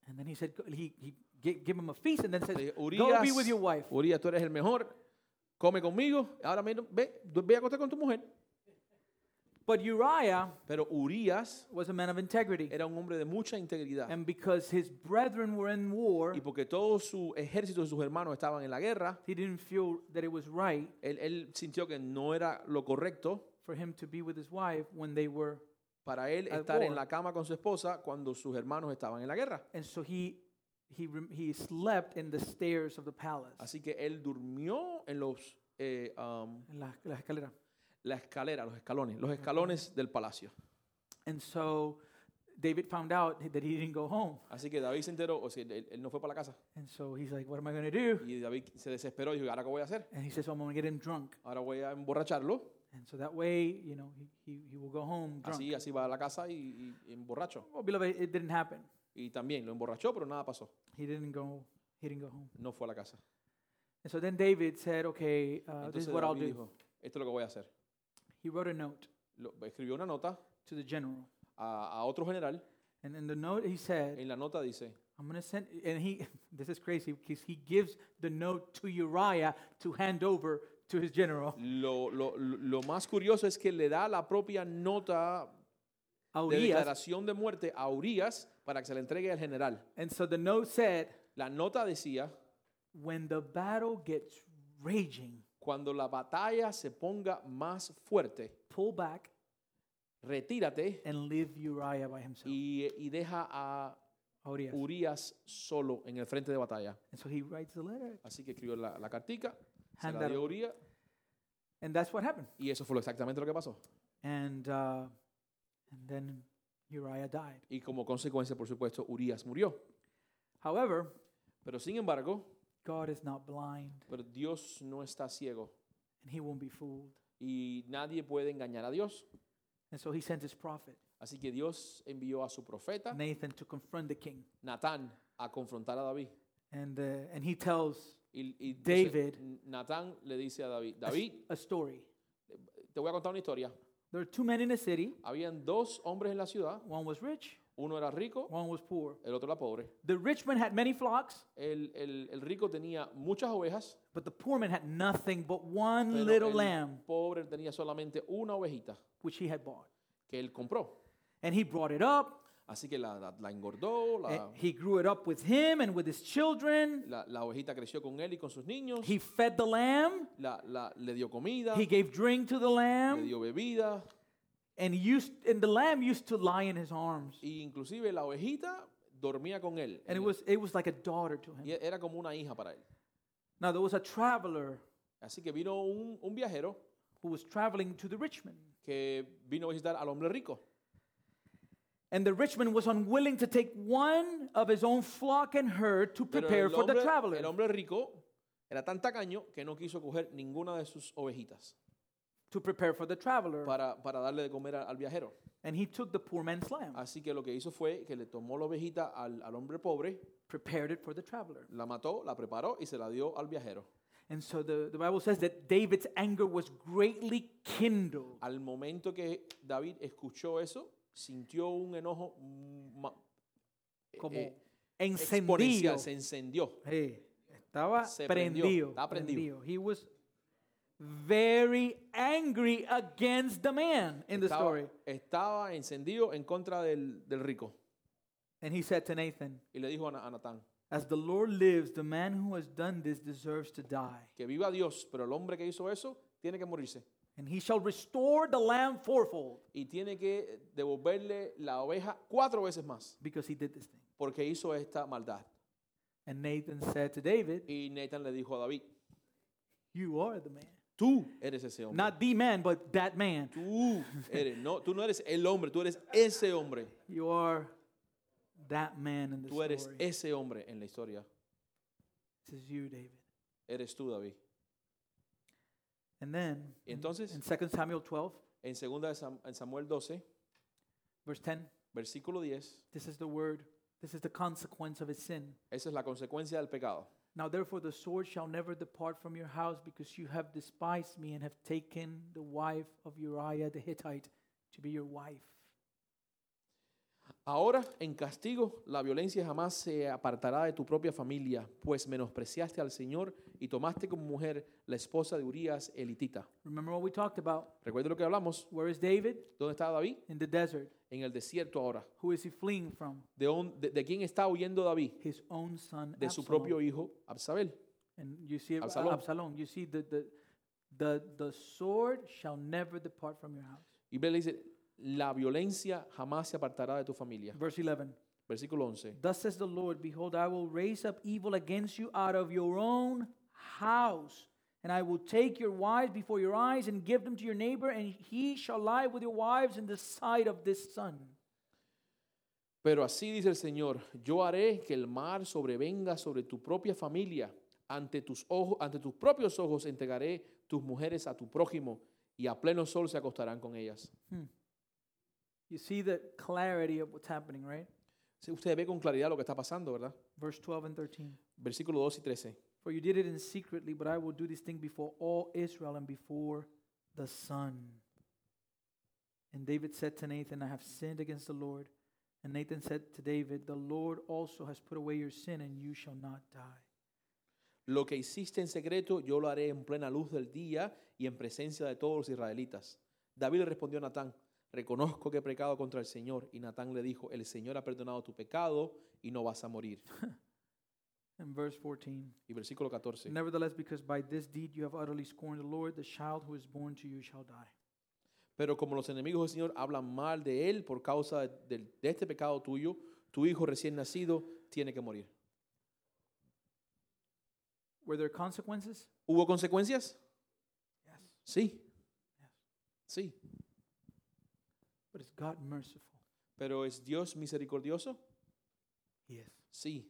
Speaker 1: And then he said, go- he, he gi- give him a feast and then said,
Speaker 2: Le dije,
Speaker 1: go
Speaker 2: Urias,
Speaker 1: be with your wife.
Speaker 2: Urias, tú eres el mejor. Come conmigo. Ahora mira, ve, du- ve a acostar con tu mujer.
Speaker 1: But Uriah
Speaker 2: Pero Urias
Speaker 1: was a man of integrity.
Speaker 2: era un hombre de mucha integridad.
Speaker 1: And because his brethren were in war,
Speaker 2: Y porque todo su ejército y sus hermanos estaban en la guerra,
Speaker 1: he didn't feel that it was right
Speaker 2: él, él sintió que no era lo correcto
Speaker 1: for him to be with his wife when they were.
Speaker 2: para él
Speaker 1: At
Speaker 2: estar en
Speaker 1: war.
Speaker 2: la cama con su esposa cuando sus hermanos estaban en la guerra.
Speaker 1: And so he, he, rem- he slept in the stairs of the palace.
Speaker 2: Así que él durmió en los eh, um,
Speaker 1: en La, la escalera.
Speaker 2: la escalera, los escalones, los escalones del palacio.
Speaker 1: And so David found out that he didn't go home.
Speaker 2: Así que David se enteró, o sea, él, él no fue para la casa.
Speaker 1: And so he's like, what am I going to do?
Speaker 2: Y David se desesperó y dijo, ¿ahora qué voy a hacer?
Speaker 1: And he says, "Oh, I'm going to get him drunk.
Speaker 2: Ahora voy a emborracharlo.
Speaker 1: And so that way, you know, he, he, he will go home drunk.
Speaker 2: Así, así va a la casa y, y- y emborracho.
Speaker 1: Well, beloved, it didn't happen.
Speaker 2: Y también lo emborrachó, pero nada pasó.
Speaker 1: He didn't go. He didn't go home.
Speaker 2: No fue a la casa.
Speaker 1: And so then David said, "Okay, uh, this is
Speaker 2: Entonces
Speaker 1: what I'll
Speaker 2: David
Speaker 1: do."
Speaker 2: dijo, esto es lo que voy a hacer.
Speaker 1: He wrote a note
Speaker 2: Lo- escribió una nota
Speaker 1: to the general,
Speaker 2: a, a otro general.
Speaker 1: and in the note he said,
Speaker 2: En la nota dice,
Speaker 1: "I'm going to send." And he, this is crazy because he gives the note to Uriah to hand over to his general.
Speaker 2: lo, lo- lo más curioso es que le da la propia nota
Speaker 1: a
Speaker 2: de
Speaker 1: Urias.
Speaker 2: declaración de muerte a Urias para que se la entregue al general.
Speaker 1: And so the note said,
Speaker 2: La nota decía,
Speaker 1: "When the battle gets raging,
Speaker 2: cuando la batalla se ponga más fuerte,
Speaker 1: pull back
Speaker 2: retírate
Speaker 1: and leave Uriah by himself."
Speaker 2: y, y deja a
Speaker 1: a Urias.
Speaker 2: Urias solo en el frente de batalla.
Speaker 1: And so he writes the letter,
Speaker 2: Así que escribió la, la cartica, se la
Speaker 1: Handar-
Speaker 2: dio a Urias
Speaker 1: and that's what happened.
Speaker 2: y eso fue lo- exactamente lo que pasó.
Speaker 1: And uh, and then Uriah died.
Speaker 2: Y como consecuencia, por supuesto, Urias murió.
Speaker 1: However,
Speaker 2: Pero sin embargo,
Speaker 1: God is not blind
Speaker 2: pero Dios no está ciego
Speaker 1: and he won't be fooled.
Speaker 2: y nadie puede engañar a Dios.
Speaker 1: And so he sent his prophet,
Speaker 2: Así que Dios envió a su profeta,
Speaker 1: Nathan, to confront the king.
Speaker 2: Natán, a confrontar a David.
Speaker 1: And, uh, and he tells
Speaker 2: Y, y entonces,
Speaker 1: David.
Speaker 2: Natán le dice a David,
Speaker 1: a s-
Speaker 2: David,
Speaker 1: a story.
Speaker 2: te voy a contar una historia.
Speaker 1: There are two men in a city.
Speaker 2: Habían dos hombres en la ciudad,
Speaker 1: One was rich,
Speaker 2: uno era rico,
Speaker 1: one was poor.
Speaker 2: el otro era pobre.
Speaker 1: The rich man had many flocks,
Speaker 2: El, el- el rico tenía muchas ovejas,
Speaker 1: but the poor man had nothing but one
Speaker 2: pero
Speaker 1: little
Speaker 2: el
Speaker 1: lamb,
Speaker 2: pobre tenía solamente una ovejita
Speaker 1: which he had bought.
Speaker 2: que él compró.
Speaker 1: And he brought it up.
Speaker 2: Así que la, la- la engordó,
Speaker 1: and
Speaker 2: la,
Speaker 1: he grew it up with him and with his children.
Speaker 2: la- la ovejita creció con él y con sus niños,
Speaker 1: He fed the lamb.
Speaker 2: la, la- le dio comida,
Speaker 1: He gave drink to the
Speaker 2: le
Speaker 1: lamb.
Speaker 2: dio bebida,
Speaker 1: And, used, and the lamb used to lie in his arms.
Speaker 2: e inclusive la ovejita dormía con él.
Speaker 1: And it was, it was like a daughter to him.
Speaker 2: Y era como una hija para él.
Speaker 1: Now, there was a traveler
Speaker 2: Así que vino un, un viajero
Speaker 1: who was traveling to the rich man.
Speaker 2: que vino a visitar al hombre rico.
Speaker 1: And the rich man was unwilling to take one of his own flock and herd to
Speaker 2: Pero
Speaker 1: prepare
Speaker 2: el,
Speaker 1: for the
Speaker 2: hombre,
Speaker 1: traveler.
Speaker 2: el hombre rico era tan tacaño que no quiso coger ninguna de sus ovejitas.
Speaker 1: to prepare for the traveler.
Speaker 2: para, para darle de comer a- al viajero.
Speaker 1: And he took the poor man's lamb,
Speaker 2: Así que lo que hizo fue que le tomó la ovejita al, al hombre pobre,
Speaker 1: prepared it for the traveler.
Speaker 2: la mató, la preparó y se la dio al viajero.
Speaker 1: And so the, the Bible says that David's anger was greatly kindled.
Speaker 2: Al momento que David escuchó eso, sintió un enojo mm, ma-
Speaker 1: Como
Speaker 2: eh,
Speaker 1: encendido.
Speaker 2: exponencial, se encendió.
Speaker 1: Hey, estaba
Speaker 2: Se prendió,
Speaker 1: prendido,
Speaker 2: estaba prendido.
Speaker 1: prendido. He was very angry against the man in the
Speaker 2: Estaba,
Speaker 1: story.
Speaker 2: estaba encendido en contra del, del rico.
Speaker 1: And he said to Nathan,
Speaker 2: Y le dijo a Na- a Natán,
Speaker 1: As the Lord lives, the man who has done this deserves to die.
Speaker 2: que viva Dios, pero el hombre que hizo eso tiene que morirse.
Speaker 1: And he shall restore the lamb fourfold
Speaker 2: Y tiene que devolverle la oveja cuatro veces más,
Speaker 1: because he did this thing.
Speaker 2: porque hizo esta maldad.
Speaker 1: And Nathan said to David,
Speaker 2: Y Nathan le dijo a David,
Speaker 1: You are the man.
Speaker 2: tú eres ese hombre.
Speaker 1: Not the man, but that man.
Speaker 2: Tú eres, no, tú no eres el hombre, tú eres ese hombre.
Speaker 1: You are that man in the
Speaker 2: Tú eres
Speaker 1: story.
Speaker 2: ese hombre en la historia.
Speaker 1: This is you, David.
Speaker 2: Eres tú, David.
Speaker 1: Mm-hmm. And then
Speaker 2: Y entonces,
Speaker 1: in 2 Samuel 12,
Speaker 2: en 2 de Sam- en Samuel 12,
Speaker 1: verse 10,
Speaker 2: versículo 10,
Speaker 1: this is the word, this is the consequence of his sin.
Speaker 2: esa es la consecuencia del pecado.
Speaker 1: Now therefore the sword shall never depart from your house because you have despised me and have taken the wife of Uriah the Hittite to be your wife.
Speaker 2: Ahora, en castigo, la violencia jamás se apartará de tu propia familia, pues menospreciaste al Señor y tomaste como mujer la esposa de Urias elitita.
Speaker 1: Remember what we talked about.
Speaker 2: Recuerda lo que hablamos.
Speaker 1: Where is David?
Speaker 2: ¿Dónde está David?
Speaker 1: In the desert.
Speaker 2: En el desierto ahora.
Speaker 1: Who is he fleeing from?
Speaker 2: ¿De, dónde- de- de quién está huyendo David?
Speaker 1: His own son
Speaker 2: De su
Speaker 1: Absalom.
Speaker 2: propio hijo, Absabel.
Speaker 1: And you see it,
Speaker 2: Absalom.
Speaker 1: Absalom. You see the, the the the sword shall never depart from your house.
Speaker 2: Y Biblia dice, la violencia jamás se apartará de tu familia.
Speaker 1: Verse 11.
Speaker 2: Versículo 11.
Speaker 1: Thus says the Lord, behold I will raise up evil against you out of your own house, and I will take your wives before your eyes and give them to your neighbor and he shall lie with your wives in the sight of this son.
Speaker 2: Pero así dice el Señor, yo haré que el mar sobrevenga sobre tu propia familia, ante tus ojos, ante tus propios ojos entregaré tus mujeres a tu prójimo y a pleno sol se acostarán con ellas.
Speaker 1: You see the clarity of what's happening, right?
Speaker 2: Sí, Usted ve con claridad lo que está pasando, ¿verdad?
Speaker 1: Verse 12 and 13.
Speaker 2: Versículo 2 y 13.
Speaker 1: For you did it in secretly, but I will do this thing before all Israel and before the sun. And David said to Nathan, I have sinned against the Lord. And Nathan said to David, The Lord also has put away your sin, and you shall not die.
Speaker 2: Lo que hiciste en secreto, yo lo haré en plena luz del día y en presencia de todos los israelitas. David le respondió a Natán, reconozco que he pecado contra el Señor. Y Natán le dijo, el Señor ha perdonado tu pecado y no vas a morir.
Speaker 1: And verse 14
Speaker 2: Y versículo 14.
Speaker 1: Nevertheless, because by this deed you have utterly scorned the Lord, the child who is born to you shall die.
Speaker 2: Pero como los enemigos del Señor hablan mal de él por causa de, del- de este pecado tuyo, tu hijo recién nacido tiene que morir.
Speaker 1: Were there consequences?
Speaker 2: ¿Hubo consecuencias?
Speaker 1: Yes.
Speaker 2: Sí. Sí.
Speaker 1: But is God merciful?
Speaker 2: ¿Pero es Dios misericordioso?
Speaker 1: He is.
Speaker 2: Sí.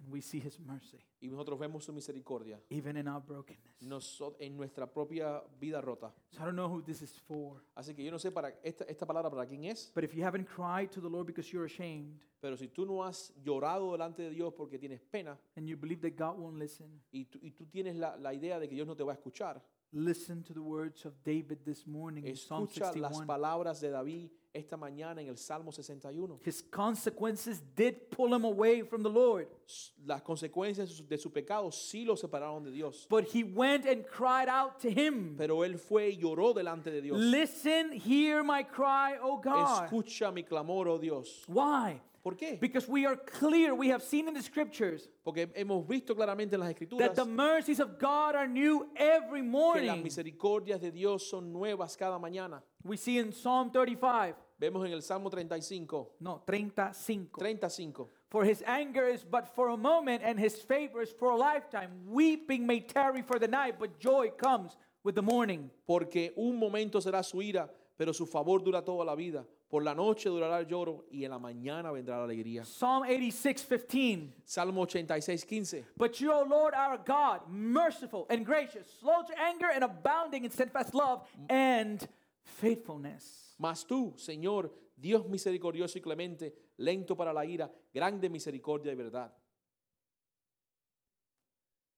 Speaker 1: And we see his mercy,
Speaker 2: Y nosotros vemos su misericordia
Speaker 1: even in our brokenness.
Speaker 2: noso- en nuestra propia vida rota.
Speaker 1: So I don't know who this is for.
Speaker 2: Así que yo no sé para esta, esta palabra para quién es,
Speaker 1: But if you haven't cried to the Lord because you're ashamed
Speaker 2: pero si tú no has llorado delante de Dios porque tienes pena
Speaker 1: and you believe that God won't listen,
Speaker 2: y tú, y tú tienes la, la idea de que Dios no te va a escuchar,
Speaker 1: listen to the words of David this morning in Psalm
Speaker 2: escucha las
Speaker 1: 61.
Speaker 2: palabras de David esta mañana en el Salmo 61.
Speaker 1: His consequences did pull him away from the Lord,
Speaker 2: s- las consecuencias de su- de su pecado sí lo separaron de Dios.
Speaker 1: but he went and cried out to him.
Speaker 2: Pero él fue y lloró delante de Dios.
Speaker 1: Listen, hear my cry, O God.
Speaker 2: Escucha mi clamor, oh Dios.
Speaker 1: Why?
Speaker 2: ¿Por qué?
Speaker 1: Because we are clear, we have seen in the scriptures
Speaker 2: Porque hemos visto claramente en las escrituras
Speaker 1: that the mercies of God are new every
Speaker 2: que las
Speaker 1: morning.
Speaker 2: misericordias de Dios son nuevas cada mañana.
Speaker 1: We see in Psalm 35,
Speaker 2: Vemos en el Salmo 35,
Speaker 1: no, 35.
Speaker 2: 35.
Speaker 1: For his anger is but for a moment, and his favor is for a lifetime. Weeping may tarry for the night, but joy comes with the morning.
Speaker 2: Porque un momento será su ira, pero su favor dura toda la vida. Por la noche durará el lloro y en la mañana vendrá la alegría.
Speaker 1: Psalm 86 15.
Speaker 2: Salmo 86, 15.
Speaker 1: But you, O Lord our God, merciful and gracious, slow to anger and abounding in steadfast love and faithfulness.
Speaker 2: Mas tú, Señor, Dios misericordioso y clemente, lento para la ira, grande en misericordia y verdad.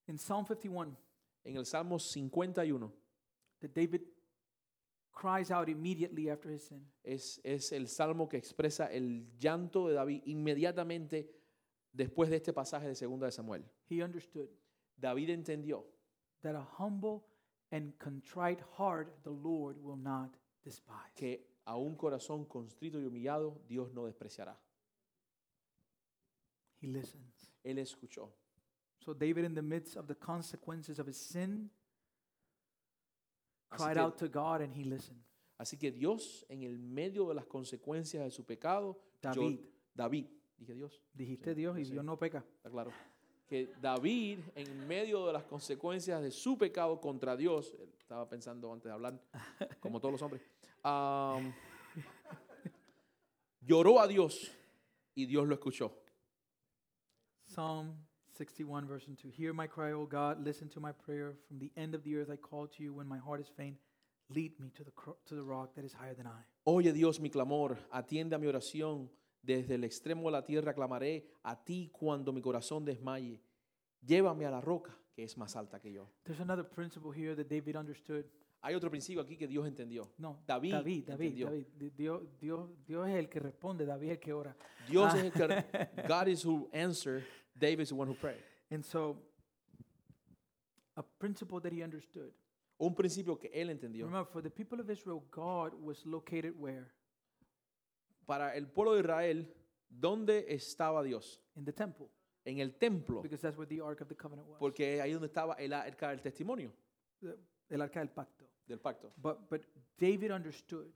Speaker 1: In Psalm 51,
Speaker 2: En el Salmo 51
Speaker 1: that David cries out immediately after his sin.
Speaker 2: es, es el salmo que expresa el llanto de David inmediatamente después de este pasaje de 2 de Samuel.
Speaker 1: He understood
Speaker 2: David entendió
Speaker 1: that a humble and contrite heart the Lord will not despise.
Speaker 2: que a un corazón constrito y humillado Dios no despreciará.
Speaker 1: He listens.
Speaker 2: Él escuchó.
Speaker 1: So David, in the midst of the consequences of his sin,
Speaker 2: Así
Speaker 1: cried
Speaker 2: que-
Speaker 1: out to God and he listened.
Speaker 2: Así que Dios, en el medio de las consecuencias de su pecado, yo-
Speaker 1: David.
Speaker 2: David, dije Dios,
Speaker 1: Dijiste Dios y
Speaker 2: sí.
Speaker 1: Dios no peca.
Speaker 2: está claro. Que David, en medio de las consecuencias de su pecado contra Dios, él estaba pensando antes de hablar, como todos los hombres, am, lloró a Dios y Dios lo escuchó.
Speaker 1: Psalm 61, verse 2. Hear my cry, O God, listen to my prayer. From the end of the earth I call to you when my heart is faint. Lead me to the, cro- to the rock that is higher than I.
Speaker 2: Oye Dios mi clamor, atiende a mi oración. Desde el extremo de la tierra clamaré a ti cuando mi corazón desmaye. Llévame a la roca que es más alta que yo.
Speaker 1: There's another principle here that David understood.
Speaker 2: Hay otro principio aquí que Dios entendió.
Speaker 1: No,
Speaker 2: David
Speaker 1: David, David,
Speaker 2: entendió.
Speaker 1: David. Di- Dios, Dios, Dios es el que responde, David es el que ora.
Speaker 2: Dios es el
Speaker 1: Ah.
Speaker 2: que God is who answer, David is the one who pray.
Speaker 1: And so, a principle that he understood.
Speaker 2: Un principio que él entendió.
Speaker 1: Remember, for the people of Israel, God was located where?
Speaker 2: Para el pueblo de Israel, ¿dónde estaba Dios?
Speaker 1: In the temple,
Speaker 2: En el templo,
Speaker 1: because that's where the Ark of the Covenant was.
Speaker 2: porque ahí donde estaba el arca del testimonio
Speaker 1: The- El Arca del Pacto.
Speaker 2: del pacto.
Speaker 1: But, but David understood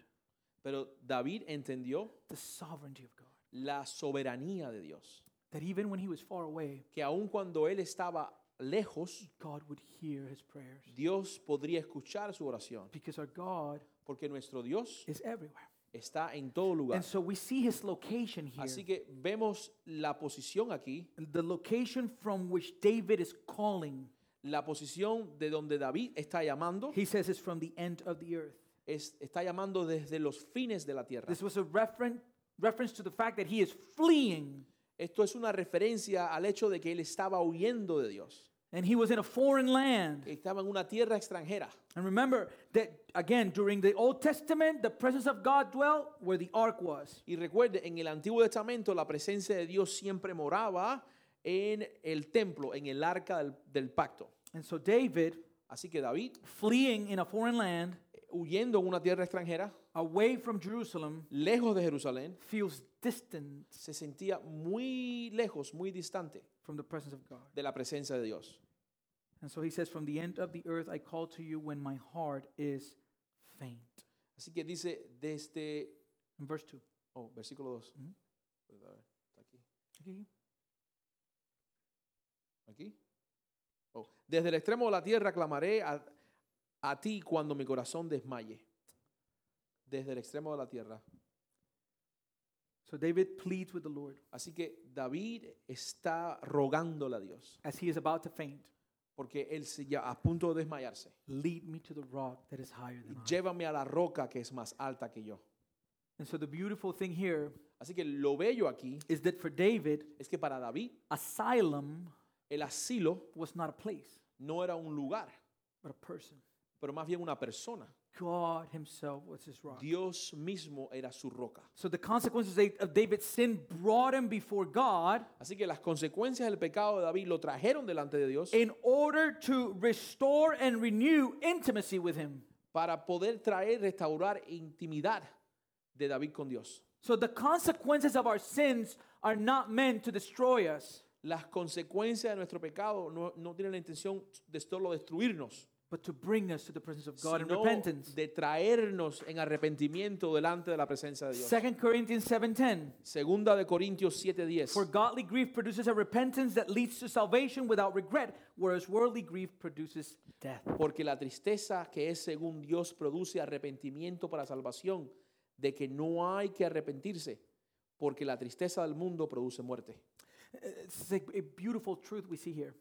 Speaker 2: Pero David entendió
Speaker 1: the sovereignty of God.
Speaker 2: la soberanía de Dios,
Speaker 1: That even when he was far away,
Speaker 2: que aun cuando él estaba lejos,
Speaker 1: God would hear his prayers.
Speaker 2: Dios podría escuchar su oración,
Speaker 1: Because our God
Speaker 2: porque nuestro Dios
Speaker 1: is everywhere.
Speaker 2: está en todo lugar.
Speaker 1: And so we see his location here.
Speaker 2: Así que vemos la posición aquí,
Speaker 1: The location from which David is calling.
Speaker 2: la posición de donde David está llamando,
Speaker 1: He says it's from the end of the earth.
Speaker 2: es- está llamando desde los fines de la tierra.
Speaker 1: This was a referen- reference to the fact that he is fleeing
Speaker 2: Esto es una referencia al hecho de que él estaba huyendo de Dios.
Speaker 1: and he was in a foreign land.
Speaker 2: Estaba en una tierra extranjera.
Speaker 1: And remember that again during the Old Testament, the presence of God dwelt where the ark was.
Speaker 2: Y recuerde, en el Antiguo Testamento la presencia de Dios siempre moraba en el templo, en el arca del, del pacto.
Speaker 1: And so David,
Speaker 2: Así que David,
Speaker 1: fleeing in a foreign land,
Speaker 2: eh, huyendo en una tierra extranjera,
Speaker 1: away from Jerusalem,
Speaker 2: lejos de Jerusalén,
Speaker 1: feels distant
Speaker 2: se sentía muy lejos, muy distante
Speaker 1: from the presence of God.
Speaker 2: de la presencia de Dios.
Speaker 1: And so he says, From the end of the earth I call to you when my heart is faint.
Speaker 2: Así que dice desde...
Speaker 1: In verse 2.
Speaker 2: Oh, versículo Pues, 2.
Speaker 1: Ujú.
Speaker 2: aquí. Aquí. Oh, Desde el extremo de la tierra clamaré a, a ti cuando mi corazón desmaye. Desde el extremo de la tierra.
Speaker 1: So David pleads with the Lord
Speaker 2: Así que David está rogándole a Dios,
Speaker 1: as he is about to faint
Speaker 2: porque él se ya a punto de desmayarse.
Speaker 1: Lead me to the rock that is higher than I.
Speaker 2: Llévame a la roca que es más alta que yo.
Speaker 1: And so the beautiful thing here
Speaker 2: Así que lo bello aquí
Speaker 1: is that for David,
Speaker 2: es que para David
Speaker 1: asylum
Speaker 2: el asilo
Speaker 1: was not a place,
Speaker 2: no era un lugar,
Speaker 1: but a person.
Speaker 2: pero más bien una persona.
Speaker 1: God himself was his rock.
Speaker 2: Dios mismo era su roca.
Speaker 1: So the consequences of- of David's sin brought him before God
Speaker 2: Así que las consecuencias del pecado de David lo trajeron delante de Dios.
Speaker 1: in order to restore and renew intimacy with him.
Speaker 2: para poder traer, restaurar intimidad de David con Dios.
Speaker 1: So the consequences of our sins are not meant to destroy us,
Speaker 2: Las consecuencias de nuestro pecado no, no tienen la intención de solo destruirnos,
Speaker 1: but to bring us to the presence of God in
Speaker 2: sino
Speaker 1: repentance.
Speaker 2: de traernos en arrepentimiento delante de la presencia de Dios.
Speaker 1: 2 Corinthians 7:10
Speaker 2: Segunda de Corintios
Speaker 1: For
Speaker 2: 7:10.
Speaker 1: godly grief produces a repentance that leads to salvation without regret, whereas worldly grief produces death.
Speaker 2: Porque la tristeza que es según Dios produce arrepentimiento para salvación, de que no hay que arrepentirse, porque la tristeza del mundo produce muerte.
Speaker 1: It's like a beautiful truth we see here.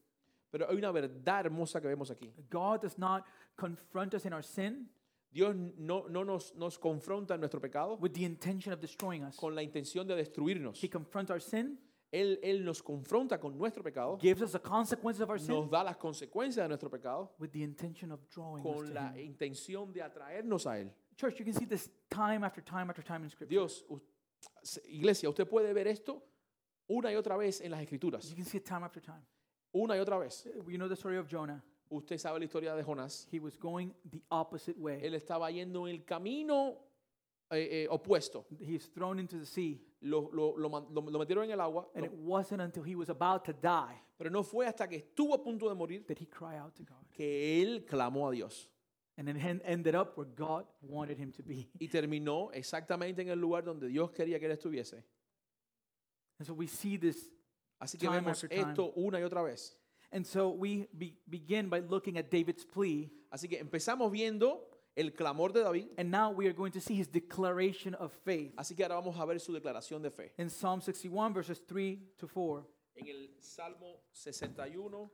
Speaker 2: Pero hay una verdad hermosa que vemos aquí.
Speaker 1: God does not confront us in our sin
Speaker 2: Dios no, no nos, nos confronta en nuestro pecado
Speaker 1: with the intention of destroying us.
Speaker 2: con la intención de destruirnos.
Speaker 1: He confronts our sin,
Speaker 2: Él, Él nos confronta con nuestro pecado,
Speaker 1: gives us the consequences of our sin
Speaker 2: nos da las consecuencias de nuestro pecado
Speaker 1: with the intention of drawing us
Speaker 2: con
Speaker 1: to
Speaker 2: la e-
Speaker 1: Him.
Speaker 2: intención de atraernos a Él.
Speaker 1: Church, you can see this time after time after time in Scripture.
Speaker 2: Dios, u- se- iglesia, usted puede ver esto una y otra vez en las escrituras,
Speaker 1: You can see it time after time.
Speaker 2: una y otra vez.
Speaker 1: You know the story of Jonah.
Speaker 2: Usted sabe la historia de Jonás.
Speaker 1: He was going the opposite way.
Speaker 2: Él estaba yendo en el camino eh, eh, opuesto.
Speaker 1: He's thrown into the sea,
Speaker 2: Lo, lo- lo man- lo- lo metieron en el agua,
Speaker 1: and
Speaker 2: no,
Speaker 1: it wasn't until he was about to die
Speaker 2: pero no fue hasta que estuvo a punto de morir
Speaker 1: that he cried out to God.
Speaker 2: que él clamó a Dios.
Speaker 1: And then hen- ended up where God wanted him to be.
Speaker 2: Y terminó exactamente en el lugar donde Dios quería que él estuviese.
Speaker 1: And so we see this.
Speaker 2: Así que
Speaker 1: Time
Speaker 2: vemos
Speaker 1: after time.
Speaker 2: esto una y otra vez.
Speaker 1: And so we be- begin by looking at David's plea,
Speaker 2: Así que empezamos viendo el clamor de David.
Speaker 1: and now we are going to see his declaration of faith.
Speaker 2: Así que ahora vamos a ver su declaración de fe.
Speaker 1: in Psalm 61, verses 3 to 4.
Speaker 2: En el Salmo 61,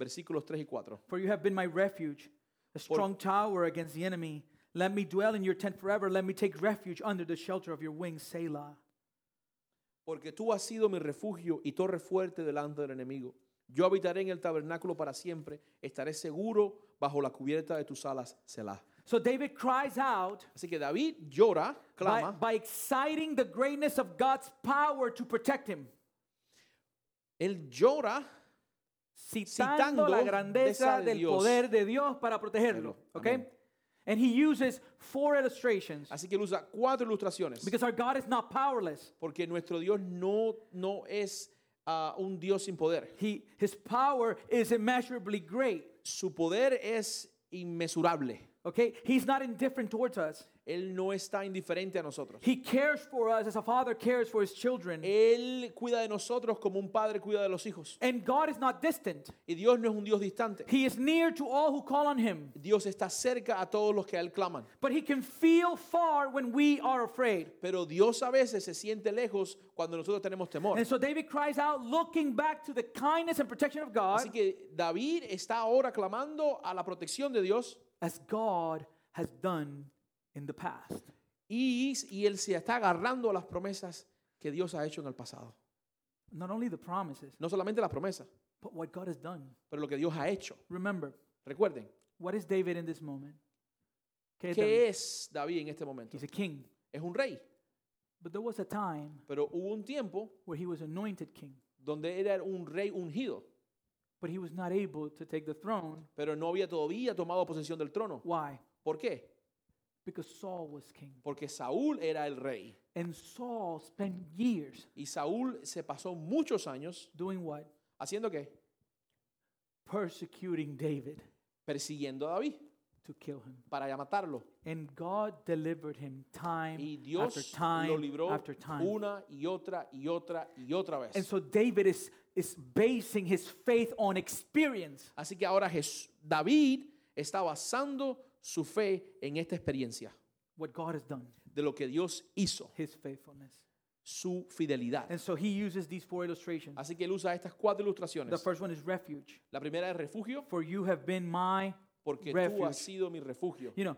Speaker 2: versículos 3 y 4.
Speaker 1: For you have been my refuge, a strong tower against the enemy. Let me dwell in your tent forever. Let me take refuge under the shelter of your wings, Selah.
Speaker 2: Porque tú has sido mi refugio y torre fuerte delante del enemigo. Yo habitaré en el tabernáculo para siempre. Estaré seguro bajo la cubierta de tus alas, Selah.
Speaker 1: So David cries out
Speaker 2: Así que David llora,
Speaker 1: by,
Speaker 2: clama.
Speaker 1: by exciting the greatness of God's power to protect him.
Speaker 2: Él llora
Speaker 1: Citando la
Speaker 2: Citando grandeza
Speaker 1: grandeza
Speaker 2: de
Speaker 1: del
Speaker 2: Dios.
Speaker 1: poder de Dios para protegerlo.
Speaker 2: Protegerlo.
Speaker 1: Okay?
Speaker 2: Amén.
Speaker 1: And he uses four illustrations
Speaker 2: Así que él usa cuatro ilustraciones.
Speaker 1: because our God is not powerless.
Speaker 2: Porque nuestro Dios no, no es ah, un Dios sin poder.
Speaker 1: He, his power is immeasurably great.
Speaker 2: Su poder es inmesurable.
Speaker 1: Okay? He's not indifferent towards us.
Speaker 2: Él no está indiferente a nosotros.
Speaker 1: He cares for us as a father cares for his children.
Speaker 2: Él cuida de nosotros como un padre cuida de los hijos.
Speaker 1: And God is not distant.
Speaker 2: Y Dios no es un Dios distante.
Speaker 1: He is near to all who call on him.
Speaker 2: Dios está cerca a todos los que a Él claman.
Speaker 1: But he can feel far when we are afraid.
Speaker 2: Pero Dios a veces se siente lejos cuando nosotros tenemos temor.
Speaker 1: And so David cries out, looking back to the kindness and protection of
Speaker 2: Así
Speaker 1: God,
Speaker 2: que David está ahora clamando a la protección de Dios
Speaker 1: as God has done in the past.
Speaker 2: y, y él se está agarrando a las promesas que Dios ha hecho en el pasado.
Speaker 1: Not only the promises,
Speaker 2: No solamente las promesas,
Speaker 1: but what God has done.
Speaker 2: pero lo que Dios ha hecho.
Speaker 1: Remember,
Speaker 2: Recuerden,
Speaker 1: what is David in this moment? ¿Qué es David?
Speaker 2: ¿qué es David en este momento?
Speaker 1: He's a king.
Speaker 2: Es un rey,
Speaker 1: But there was a time
Speaker 2: pero hubo un tiempo
Speaker 1: where he was anointed king,
Speaker 2: donde era un rey ungido,
Speaker 1: but he was not able to take the throne.
Speaker 2: pero no había todavía tomado posesión del trono.
Speaker 1: Why?
Speaker 2: ¿Por qué?
Speaker 1: Because Saul was king.
Speaker 2: Porque Saúl era el rey.
Speaker 1: And Saul spent years
Speaker 2: Y Saúl se pasó muchos años
Speaker 1: doing what?
Speaker 2: haciendo qué?
Speaker 1: Persecuting David
Speaker 2: Persiguiendo a David
Speaker 1: to kill him.
Speaker 2: para ya matarlo.
Speaker 1: And God delivered him time
Speaker 2: Y
Speaker 1: after
Speaker 2: Dios lo
Speaker 1: time
Speaker 2: libró
Speaker 1: after time.
Speaker 2: una y otra y otra y otra
Speaker 1: And
Speaker 2: vez.
Speaker 1: so David is, is basing his faith on experience.
Speaker 2: Así que ahora Jes- David está basando su fe en esta experiencia
Speaker 1: What God has done,
Speaker 2: de lo que Dios hizo,
Speaker 1: his faithfulness.
Speaker 2: su fidelidad.
Speaker 1: And so he uses these four illustrations.
Speaker 2: Así que él usa estas cuatro
Speaker 1: The
Speaker 2: ilustraciones.
Speaker 1: first one is refuge.
Speaker 2: La primera es refugio,
Speaker 1: For you have been my.
Speaker 2: porque tú
Speaker 1: Refuge.
Speaker 2: has sido mi refugio.
Speaker 1: You know,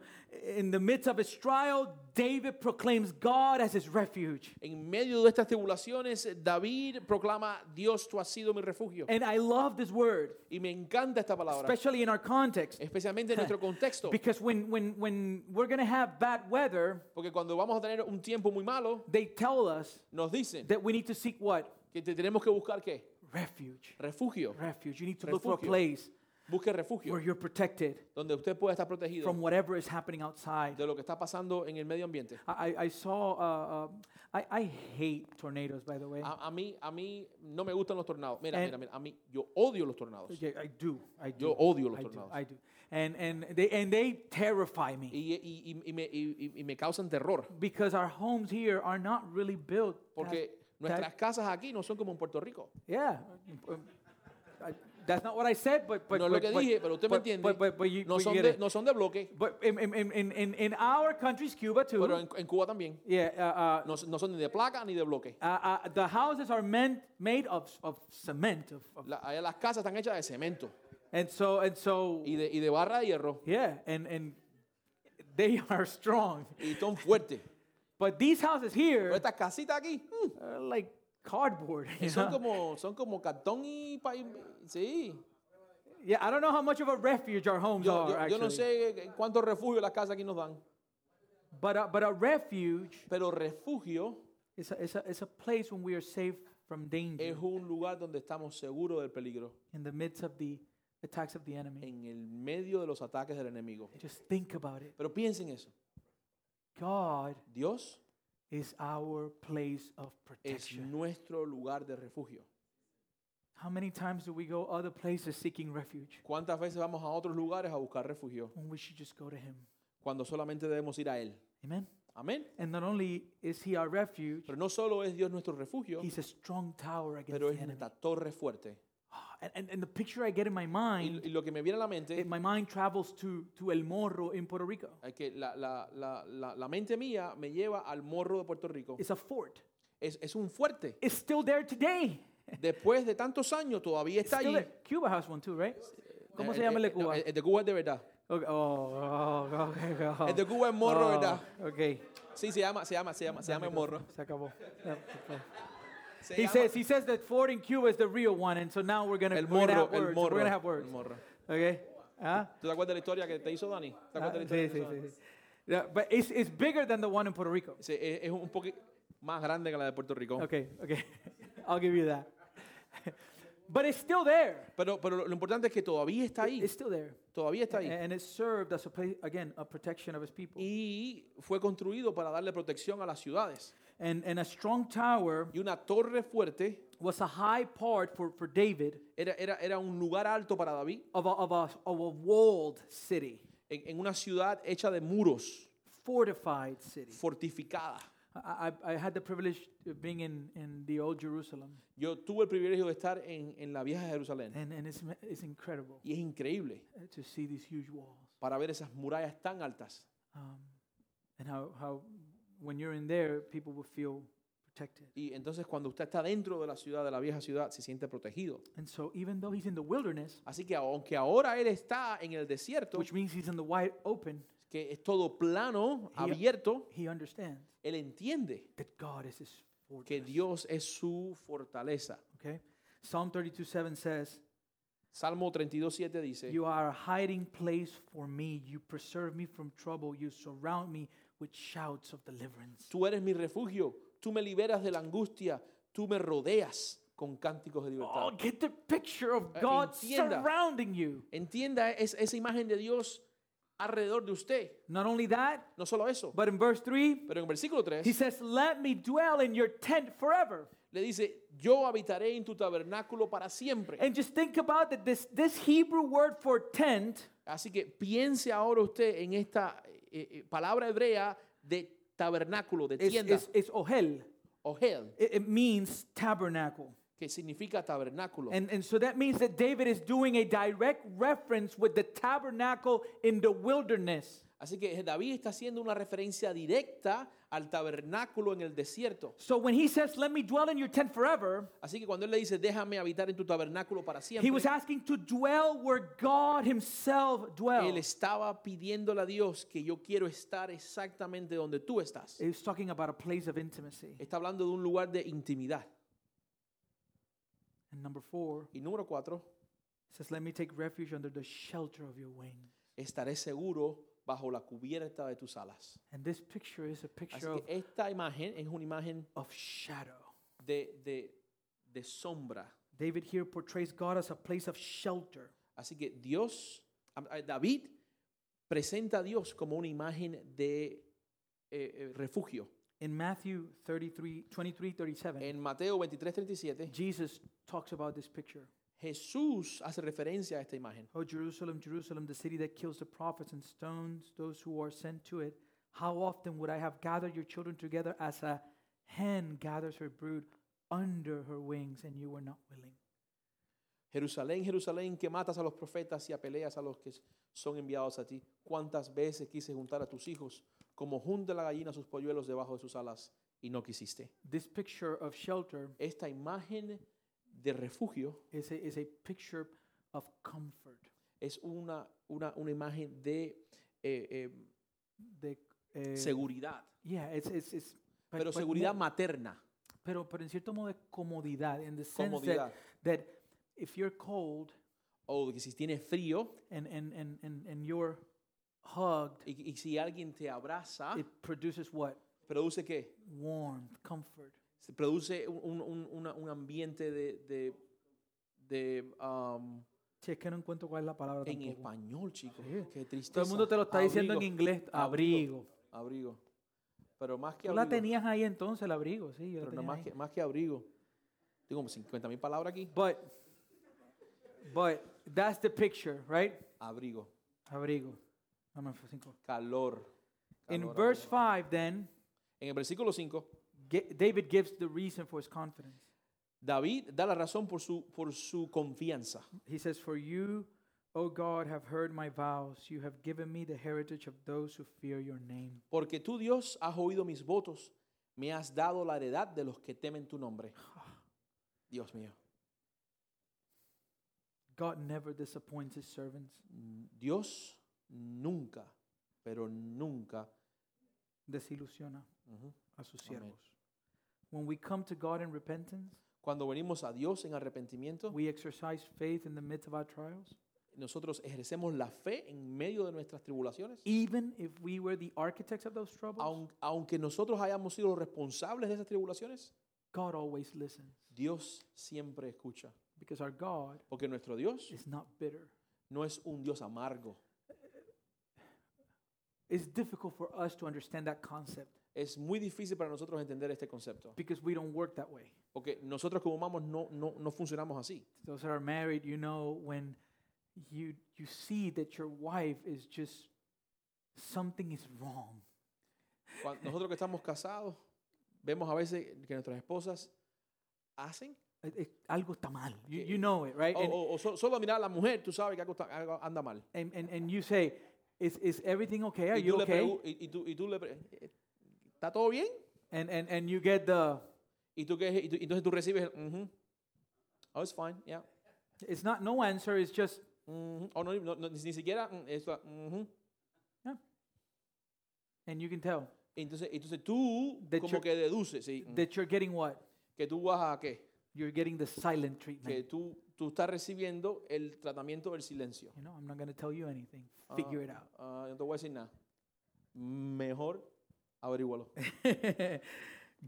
Speaker 1: in the midst of his trial, David proclaims God as his refuge.
Speaker 2: En medio de estas tribulaciones, David proclama, Dios, tú has sido mi refugio.
Speaker 1: And I love this word,
Speaker 2: Y me encanta esta palabra,
Speaker 1: especially in our context.
Speaker 2: especialmente en nuestro contexto,
Speaker 1: Because when, when, when we're going to have bad weather,
Speaker 2: porque cuando vamos a tener un tiempo muy malo,
Speaker 1: they tell us
Speaker 2: nos dicen
Speaker 1: that we need to seek what?
Speaker 2: que te- tenemos que buscar qué?
Speaker 1: Refuge.
Speaker 2: Refugio.
Speaker 1: Refuge. You need to look for a
Speaker 2: Refugio.
Speaker 1: place
Speaker 2: Busque refugio
Speaker 1: where you're protected
Speaker 2: donde usted pueda estar protegido
Speaker 1: from whatever is happening outside.
Speaker 2: de lo que está pasando en el medio ambiente.
Speaker 1: I, I- I saw, uh, uh, I, I hate tornadoes, by the way.
Speaker 2: A, a mí, a mí no me gustan los tornados. Mira,
Speaker 1: And-
Speaker 2: mira, mira, a mí yo odio los tornados.
Speaker 1: Yeah, I do. I do.
Speaker 2: Yo odio los
Speaker 1: I do.
Speaker 2: tornados.
Speaker 1: I do. And, and, they, and they terrify me
Speaker 2: Y, y- y- y me, y- y- y me causan terror.
Speaker 1: because our homes here are not really built. to have-
Speaker 2: Porque nuestras casas aquí no son como en Puerto Rico.
Speaker 1: yeah. Um, I, that's not what I said, but. but
Speaker 2: no es lo
Speaker 1: but,
Speaker 2: que
Speaker 1: but-
Speaker 2: dije, pero usted me
Speaker 1: but-
Speaker 2: entiende.
Speaker 1: But, but, but you,
Speaker 2: no,
Speaker 1: but you
Speaker 2: son
Speaker 1: get
Speaker 2: de,
Speaker 1: it.
Speaker 2: no son de bloque,
Speaker 1: But in, in, in- in, in, in our countries, Cuba too.
Speaker 2: pero en, en Cuba también.
Speaker 1: yeah, uh, uh,
Speaker 2: No, no son ni de placa ni de bloque.
Speaker 1: Uh, uh, the houses are meant, made of, of cement, of, of-
Speaker 2: La- allá las casas están hechas de cemento
Speaker 1: and so and so,
Speaker 2: y de, y de barra de hierro
Speaker 1: yeah, and and they are strong.
Speaker 2: y son fuertes.
Speaker 1: But these houses here
Speaker 2: Pero estas casitas aquí mm,
Speaker 1: are like cardboard. you
Speaker 2: son,
Speaker 1: know?
Speaker 2: como, son como cartón y... pa- y- Sí.
Speaker 1: Yeah, I don't know how much of a refuge our homes
Speaker 2: Yo,
Speaker 1: are
Speaker 2: yo- yo
Speaker 1: actually,
Speaker 2: no sé cuántos refugios las casas aquí nos dan,
Speaker 1: but a, but a refuge
Speaker 2: pero refugio
Speaker 1: is a, is a, is a place when we are safe from danger
Speaker 2: es un lugar donde estamos seguros del peligro,
Speaker 1: in the midst of the attacks of the enemy.
Speaker 2: en el medio de los ataques del enemigo.
Speaker 1: Just think about it.
Speaker 2: Pero piensen eso,
Speaker 1: God
Speaker 2: Dios
Speaker 1: is our place of
Speaker 2: es
Speaker 1: protection.
Speaker 2: nuestro lugar de refugio.
Speaker 1: How many times do we go other places seeking refuge
Speaker 2: ¿Cuántas veces vamos a otros lugares a buscar refugio
Speaker 1: when we should just go to Him?
Speaker 2: cuando solamente debemos ir a Él?
Speaker 1: Amen.
Speaker 2: Amén.
Speaker 1: And not only is He our refuge,
Speaker 2: Pero no solo es Dios nuestro refugio,
Speaker 1: He's a strong tower against
Speaker 2: pero
Speaker 1: the
Speaker 2: es
Speaker 1: enemy. Ah,
Speaker 2: nuestra torre fuerte.
Speaker 1: And, and, and the picture I get in my
Speaker 2: Y,
Speaker 1: mind,
Speaker 2: y lo que me viene a la
Speaker 1: it-
Speaker 2: mente
Speaker 1: my mind travels to, to El Morro in Puerto Rico.
Speaker 2: es que la, la- la- la- la mente mía me lleva al morro de Puerto Rico.
Speaker 1: It's a fort.
Speaker 2: Es, es un fuerte.
Speaker 1: It's still there today.
Speaker 2: Después de tantos años todavía
Speaker 1: It's
Speaker 2: está
Speaker 1: still
Speaker 2: allí.
Speaker 1: there. Cuba has one too, right? ¿Cómo se
Speaker 2: Eh,
Speaker 1: llama el
Speaker 2: eh,
Speaker 1: de
Speaker 2: no,
Speaker 1: Cuba?
Speaker 2: el de Cuba es de verdad.
Speaker 1: Okay. Oh, oh, okay. oh.
Speaker 2: El de Cuba es morro, ¿verdad?
Speaker 1: Oh, okay.
Speaker 2: Sí, se llama, se llama, se llama, se llama el morro.
Speaker 1: Se acabó. Yeah, okay.
Speaker 2: Se
Speaker 1: He
Speaker 2: llama
Speaker 1: says he says that Ford in Cuba is the real one, and so now we're gonna,
Speaker 2: el
Speaker 1: we're gonna
Speaker 2: morro,
Speaker 1: have
Speaker 2: el
Speaker 1: words. We're
Speaker 2: morro,
Speaker 1: gonna have
Speaker 2: el
Speaker 1: words.
Speaker 2: morro.
Speaker 1: Okay. Huh?
Speaker 2: ¿Tú te acuerdas de la historia que te hizo Dani? ¿Te
Speaker 1: Ah,
Speaker 2: acuerdas de la historia
Speaker 1: sí,
Speaker 2: que te
Speaker 1: sí,
Speaker 2: hizo
Speaker 1: sí, sí.
Speaker 2: Dani?
Speaker 1: Yeah, but it's, it's bigger than the one in Puerto Rico.
Speaker 2: Sí, es, es un poquito más grande que la de Puerto Rico.
Speaker 1: Okay, okay. I'll give you that. but it's still there.
Speaker 2: Pero, pero lo lo importante es que todavía está ahí,
Speaker 1: It's still there.
Speaker 2: todavía está
Speaker 1: A-
Speaker 2: ahí.
Speaker 1: And it served as a place, again, a protection of his people.
Speaker 2: Y fue construido para darle protección a las ciudades.
Speaker 1: And, and a strong tower
Speaker 2: Y una torre fuerte
Speaker 1: was a high part for, for David
Speaker 2: era, era, era un lugar alto para David
Speaker 1: of a, of, a, of a walled city,
Speaker 2: en, en una ciudad hecha de muros,
Speaker 1: fortified city.
Speaker 2: fortificada.
Speaker 1: I, I, I had the privilege of being in, in the old Jerusalem,
Speaker 2: Yo tuve el privilegio de estar en, en la vieja Jerusalén.
Speaker 1: and, and it's, it's incredible
Speaker 2: Y es increíble
Speaker 1: to see these huge walls.
Speaker 2: para ver esas murallas tan altas.
Speaker 1: um, and how, how when you're in there, people will feel protected.
Speaker 2: Y entonces cuando usted está dentro de la ciudad, de la vieja ciudad, se siente protegido.
Speaker 1: And so, even though he's in the wilderness,
Speaker 2: Así que aunque ahora él está en el desierto,
Speaker 1: which means he's in the wide open,
Speaker 2: que es todo plano,
Speaker 1: He-
Speaker 2: abierto,
Speaker 1: he understands
Speaker 2: él entiende
Speaker 1: that God is his
Speaker 2: que
Speaker 1: fortress.
Speaker 2: Dios es su fortaleza.
Speaker 1: Okay, Psalm 32:7 says,
Speaker 2: Salmo 32.7 dice,
Speaker 1: "You are a hiding place for me. You preserve me from trouble. You surround me with shouts of deliverance."
Speaker 2: tú eres mi refugio, tú me liberas de la angustia, tú me rodeas con cánticos de libertad.
Speaker 1: Oh, get the picture of
Speaker 2: Eh,
Speaker 1: God
Speaker 2: entienda.
Speaker 1: surrounding you.
Speaker 2: Entienda es- esa imagen de Dios alrededor de usted.
Speaker 1: Not only that,
Speaker 2: No solo eso,
Speaker 1: but in verse 3,
Speaker 2: pero en el versículo 3
Speaker 1: he says, "Let me dwell in your tent forever."
Speaker 2: le dice, yo habitaré en tu tabernáculo para siempre.
Speaker 1: And just think about that this, this Hebrew word for tent
Speaker 2: Así que piense ahora usted en esta eh, eh, palabra hebrea de tabernáculo, de
Speaker 1: is,
Speaker 2: tienda,
Speaker 1: is, is ohel.
Speaker 2: ohel,
Speaker 1: It, it means tabernacle.
Speaker 2: que significa tabernáculo.
Speaker 1: And, and so that means that David is doing a direct reference with the tabernacle in the wilderness.
Speaker 2: Así que David está haciendo una referencia directa al tabernáculo en el desierto.
Speaker 1: So when he says, Let me dwell in your tent forever,
Speaker 2: Así que cuando él le dice, déjame habitar en tu tabernáculo para siempre,
Speaker 1: he was asking to dwell where God himself
Speaker 2: él
Speaker 1: dwells.
Speaker 2: estaba pidiéndole a Dios que yo quiero estar exactamente donde tú estás.
Speaker 1: He's talking about a place of intimacy.
Speaker 2: Está hablando de un lugar de intimidad.
Speaker 1: And number four,
Speaker 2: Y número cuatro,
Speaker 1: he says, Let me take refuge under the shelter of your wings.
Speaker 2: estaré seguro bajo la cubierta de tus alas.
Speaker 1: And this picture is a
Speaker 2: Así
Speaker 1: picture of,
Speaker 2: que esta imagen es una imagen
Speaker 1: of shadow.
Speaker 2: de, de- de sombra.
Speaker 1: David here portrays God as a place of shelter.
Speaker 2: Así que Dios, a- a- David presenta a Dios como una imagen de eh, eh, refugio.
Speaker 1: In Matthew 33, 23, 37,
Speaker 2: En Mateo 23, 37,
Speaker 1: Jesus talks about this picture.
Speaker 2: Jesús hace referencia a esta imagen.
Speaker 1: Oh, Jerusalem, Jerusalem, the city that kills the prophets and stones those who are sent to it. How often would I have gathered your children together as a hen gathers her brood under her wings, and you were not willing?
Speaker 2: Jerusalén, Jerusalén, que matas a los profetas y apeleas a los que son enviados a ti. ¿Cuántas veces quise juntar a tus hijos como junta la gallina sus polluelos debajo de sus alas y no quisiste?
Speaker 1: This picture of shelter
Speaker 2: Esta imagen de refugio
Speaker 1: is a, is a picture of comfort.
Speaker 2: es una, una, una imagen de eh, eh,
Speaker 1: The, eh, pues,
Speaker 2: seguridad,
Speaker 1: yeah, it's, it's, it's but-
Speaker 2: pero
Speaker 1: but
Speaker 2: seguridad
Speaker 1: more-
Speaker 2: materna,
Speaker 1: pero, pero en cierto modo es comodidad, in the sense
Speaker 2: comodidad.
Speaker 1: That, that if you're cold
Speaker 2: O que si tienes frío
Speaker 1: and, and, and, and, and you're hugged,
Speaker 2: y, y si alguien te abraza,
Speaker 1: it produces what?
Speaker 2: produce qué?
Speaker 1: warmth, comfort.
Speaker 2: se produce un, un- una- un ambiente de, de- de, um,
Speaker 1: Che, es que no encuentro cuál es la palabra
Speaker 2: en
Speaker 1: tampoco.
Speaker 2: español, chicos.
Speaker 1: Sí.
Speaker 2: Qué tristeza.
Speaker 1: Todo el mundo te lo está diciendo en
Speaker 2: Abrigo,
Speaker 1: inglés,
Speaker 2: abrigo.
Speaker 1: abrigo.
Speaker 2: Abrigo. Pero más que
Speaker 1: Tú la
Speaker 2: abrigo.
Speaker 1: tenías ahí entonces, el abrigo, sí. Yo la
Speaker 2: pero no,
Speaker 1: tenía
Speaker 2: más,
Speaker 1: ahí.
Speaker 2: que, más que abrigo. Tengo como 50 mil palabras aquí.
Speaker 1: But, but that's the picture, right?
Speaker 2: Abrigo.
Speaker 1: Abrigo. Vamos a cinco.
Speaker 2: Calor.
Speaker 1: In
Speaker 2: Calor,
Speaker 1: verse
Speaker 2: abrigo.
Speaker 1: 5, then,
Speaker 2: en el versículo 5,
Speaker 1: Ge- David gives the reason for his confidence.
Speaker 2: David da la razón por su, por su confianza.
Speaker 1: He says, For you, O God, have heard my vows. You have given me the heritage of those who fear your name.
Speaker 2: Porque tú, Dios, has oído mis votos. Me has dado la heredad de los que temen tu nombre. Dios mío.
Speaker 1: God never disappoints his servants.
Speaker 2: Dios nunca, pero nunca.
Speaker 1: Desilusiona
Speaker 2: ujú,
Speaker 1: a sus
Speaker 2: Amén.
Speaker 1: siervos. When we come to God in repentance,
Speaker 2: Cuando venimos a Dios en arrepentimiento,
Speaker 1: we exercise faith in the midst of our trials.
Speaker 2: nosotros ejercemos la fe en medio de nuestras tribulaciones.
Speaker 1: Even if we were the architects of those troubles,
Speaker 2: Aun- aunque nosotros hayamos sido los responsables de esas tribulaciones,
Speaker 1: God always listens
Speaker 2: Dios siempre escucha.
Speaker 1: because our God
Speaker 2: Porque nuestro Dios
Speaker 1: is not bitter.
Speaker 2: no es un Dios amargo.
Speaker 1: It's difficult for us to understand that concept
Speaker 2: Es muy difícil para nosotros entender este concepto.
Speaker 1: because we don't work that way.
Speaker 2: Porque nosotros como humanos no, no, no funcionamos así.
Speaker 1: Those that are married, you know, when you you see that your wife is just something is wrong.
Speaker 2: Cuando nosotros que estamos casados, vemos a veces que nuestras esposas hacen
Speaker 1: Eh, eh, Algo está mal. You,
Speaker 2: Eh,
Speaker 1: you know it, right?
Speaker 2: O,
Speaker 1: And-
Speaker 2: o- o so- solo mirar a la mujer, tú sabes que algo, está- algo anda mal.
Speaker 1: and, and, and you say, is, is everything okay? Are
Speaker 2: y, tú
Speaker 1: you
Speaker 2: le
Speaker 1: okay?
Speaker 2: pregu- y, y tú, y tú le pre- eh, ¿está todo bien?
Speaker 1: And, and, and you get the,
Speaker 2: Y tú, que, y tú- entonces tú recibes, el, "Ujú. oh, it's fine, yeah.
Speaker 1: it's not no answer, it's just,
Speaker 2: Ujú. O no, no- no, ni, ni siquiera, mm, eso, ujú".
Speaker 1: and you can tell
Speaker 2: entonces, entonces tú
Speaker 1: That
Speaker 2: como
Speaker 1: you're-
Speaker 2: que deduces, sí, mm,
Speaker 1: that you're getting what?
Speaker 2: que tú vas a qué,
Speaker 1: You're getting the silent
Speaker 2: que
Speaker 1: treatment.
Speaker 2: tú, tú estás recibiendo el tratamiento del silencio.
Speaker 1: You know, I'm not going to tell you anything. Figure it out.
Speaker 2: Ah, no te voy a decir nada. Mejor averígualo.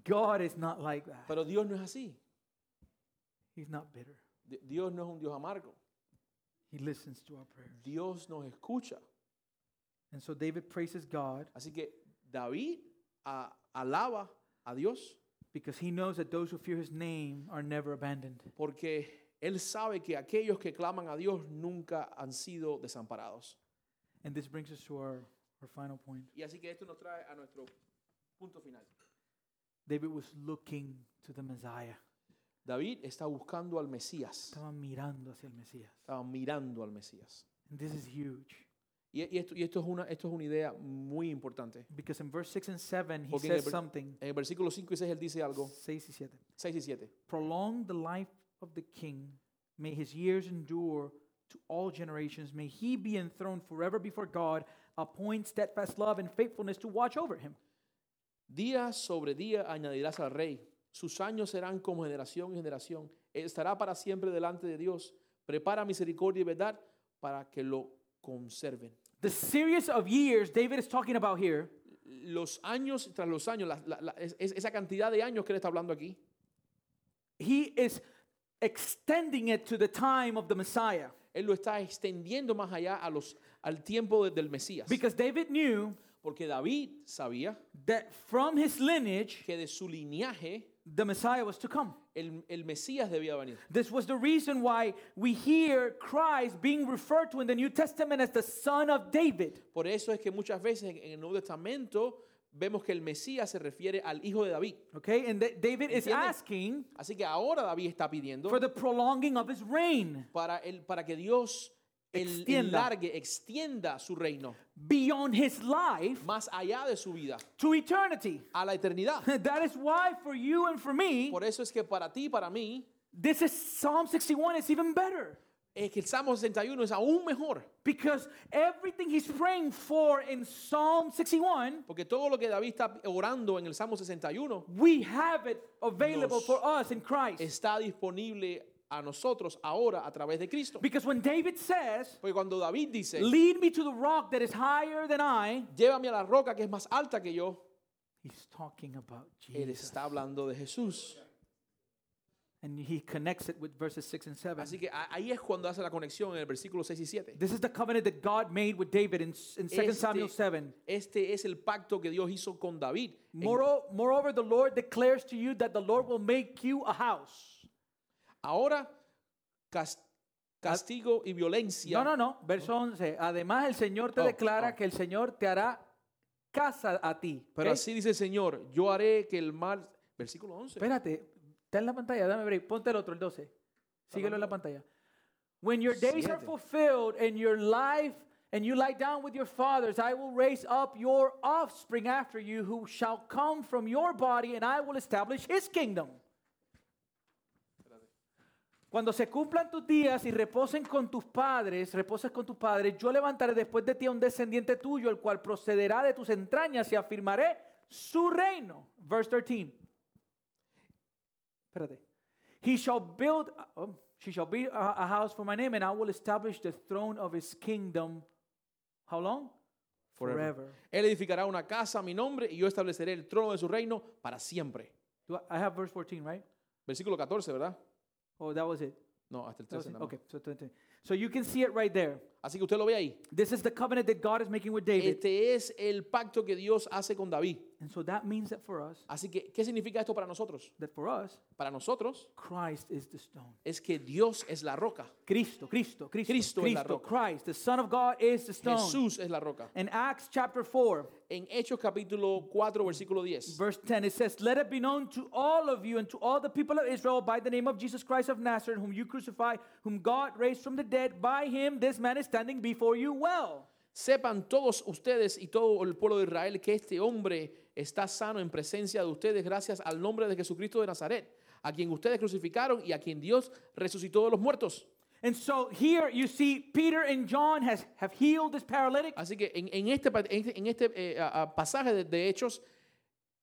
Speaker 1: God is not like that.
Speaker 2: Pero Dios no es así.
Speaker 1: He's not bitter.
Speaker 2: Di- Dios no es un Dios amargo.
Speaker 1: He listens to our prayers.
Speaker 2: Dios nos escucha.
Speaker 1: And so David praises God
Speaker 2: Así que David a- alaba a Dios
Speaker 1: because he knows that those who fear his name are never abandoned.
Speaker 2: porque él sabe que aquellos que claman a Dios nunca han sido desamparados.
Speaker 1: And this brings us to our, our final point.
Speaker 2: Y así que esto nos trae a nuestro punto final.
Speaker 1: David was looking to the Messiah.
Speaker 2: David está buscando al Mesías.
Speaker 1: Estaba mirando hacia el Mesías.
Speaker 2: Estaba mirando al Mesías.
Speaker 1: And this is huge.
Speaker 2: Y, y esto, y esto, es una, esto es una idea muy importante.
Speaker 1: Because in verse 6 and 7, he
Speaker 2: Porque en el
Speaker 1: says
Speaker 2: vers-
Speaker 1: something.
Speaker 2: En el versículo 5 y 6 él dice algo.
Speaker 1: 6 y 7.
Speaker 2: 6 y 7.
Speaker 1: Prolong the life of the king. May his years endure to all generations. May he be enthroned forever before God. Appoint steadfast love and faithfulness to watch over him.
Speaker 2: Día sobre día añadirás al rey. Sus años serán como generación y generación. Estará para siempre delante de Dios. Prepara misericordia y verdad para que lo conserven.
Speaker 1: The series of years David is talking about here
Speaker 2: Los años tras los años, la- la- la- es- es- esa cantidad de años que él está hablando aquí,
Speaker 1: he is extending it to the time of the Messiah.
Speaker 2: él, Él lo está extendiendo más allá a los, al tiempo de- del Mesías.
Speaker 1: Because David knew
Speaker 2: Porque David sabía
Speaker 1: that from his lineage,
Speaker 2: que de su linaje
Speaker 1: the Messiah was to come.
Speaker 2: el, el Mesías debía venir.
Speaker 1: This was the reason why we hear Christ being referred to in the New Testament as the Son of David.
Speaker 2: Por eso es que muchas veces en, en el Nuevo Testamento vemos que el Mesías se refiere al hijo de David.
Speaker 1: Okay, and that David is
Speaker 2: Entiende?
Speaker 1: asking
Speaker 2: Así que ahora David está pidiendo
Speaker 1: for the prolonging of his reign
Speaker 2: para, el, para que Dios el,
Speaker 1: Extienda.
Speaker 2: largue, extienda su reino
Speaker 1: beyond his life
Speaker 2: más allá de su vida,
Speaker 1: to eternity.
Speaker 2: a la eternidad.
Speaker 1: That is why, for you and for me,
Speaker 2: Por eso es que para ti, para mí,
Speaker 1: this is Psalm 61 is even better
Speaker 2: es que el Salmo 61 es aún mejor.
Speaker 1: because everything he's praying for in Psalm 61,
Speaker 2: Porque todo lo que David está orando en el Salmo 61
Speaker 1: we have it available
Speaker 2: Nos-
Speaker 1: for us in Christ.
Speaker 2: está disponible a nosotros ahora a través de Cristo.
Speaker 1: Because when David says,
Speaker 2: Porque cuando David dice,
Speaker 1: Lead me to the rock that is higher than I.
Speaker 2: llévame a la roca que es más alta que yo,
Speaker 1: He's talking about
Speaker 2: él
Speaker 1: Jesus.
Speaker 2: está hablando de Jesús.
Speaker 1: And he connects it with verses 6 and 7.
Speaker 2: Así que a- ahí es cuando hace la conexión en el versículo 6 y 7.
Speaker 1: This is the covenant that God made with David in, in 2 Samuel
Speaker 2: Este-
Speaker 1: 7.
Speaker 2: Este es el pacto que Dios hizo con David. En-
Speaker 1: Moro, moreover, the Lord declares to you that the Lord will make you a house.
Speaker 2: Ahora, cas- castigo y violencia.
Speaker 1: No, no, no. Verso 11. Además, el Señor te
Speaker 2: Oh,
Speaker 1: declara
Speaker 2: oh.
Speaker 1: que el Señor te hará casa a ti.
Speaker 2: Pero
Speaker 1: ¿ok?
Speaker 2: así dice el Señor, yo haré que el mal... Versículo 11.
Speaker 1: Espérate. Está en la pantalla. Dame break. Ponte el otro, el 12. Síguelo en la pantalla. When your days are
Speaker 2: Siete.
Speaker 1: fulfilled and your life and you lie down with your fathers, I will raise up your offspring after you who shall come from your body and I will establish his kingdom. Cuando se cumplan tus días y reposen con tus padres, reposes con tus padres, yo levantaré después de ti a un descendiente tuyo, el cual procederá de tus entrañas y afirmaré su reino. Verse 13. Espérate. He shall build, oh, she shall build a, a house for my name, and I will establish the throne of his kingdom. How long?
Speaker 2: Forever. Él edificará una casa a mi nombre y yo estableceré el trono de su reino para siempre.
Speaker 1: Do I, I have verse 14, right?
Speaker 2: Versículo 14, ¿verdad?
Speaker 1: Oh, that was it.
Speaker 2: No, hasta el
Speaker 1: That was
Speaker 2: 13.
Speaker 1: it?
Speaker 2: nada más.
Speaker 1: Okay, so 20. So you can see it right there.
Speaker 2: Así que usted lo ve ahí.
Speaker 1: This is the covenant that God is making with David.
Speaker 2: Este es el pacto que Dios hace con David.
Speaker 1: and so that means that for us,
Speaker 2: Así que, ¿qué significa esto para nosotros?
Speaker 1: that for us,
Speaker 2: Para nosotros
Speaker 1: Christ is the stone.
Speaker 2: es que Dios es la roca.
Speaker 1: Cristo, Cristo, Cristo,
Speaker 2: Cristo es la roca.
Speaker 1: Christ, the Son of God is the stone.
Speaker 2: Jesús es la roca.
Speaker 1: In Acts chapter 4,
Speaker 2: En Hechos capítulo 4, versículo 10.
Speaker 1: verse 10, it says, Let it be known to all of you and to all the people of Israel by the name of Jesus Christ of Nazareth, whom you crucified, whom God raised from the dead. By him this man is standing before you well.
Speaker 2: Sepan todos ustedes y todo el pueblo de Israel que este hombre está sano en presencia de ustedes gracias al nombre de Jesucristo de Nazaret, a quien ustedes crucificaron y a quien Dios resucitó de los muertos.
Speaker 1: And so here you see Peter and John has, have healed this paralytic.
Speaker 2: Así que en, en este, pa- en este- en este, eh, a- a pasaje de, de Hechos,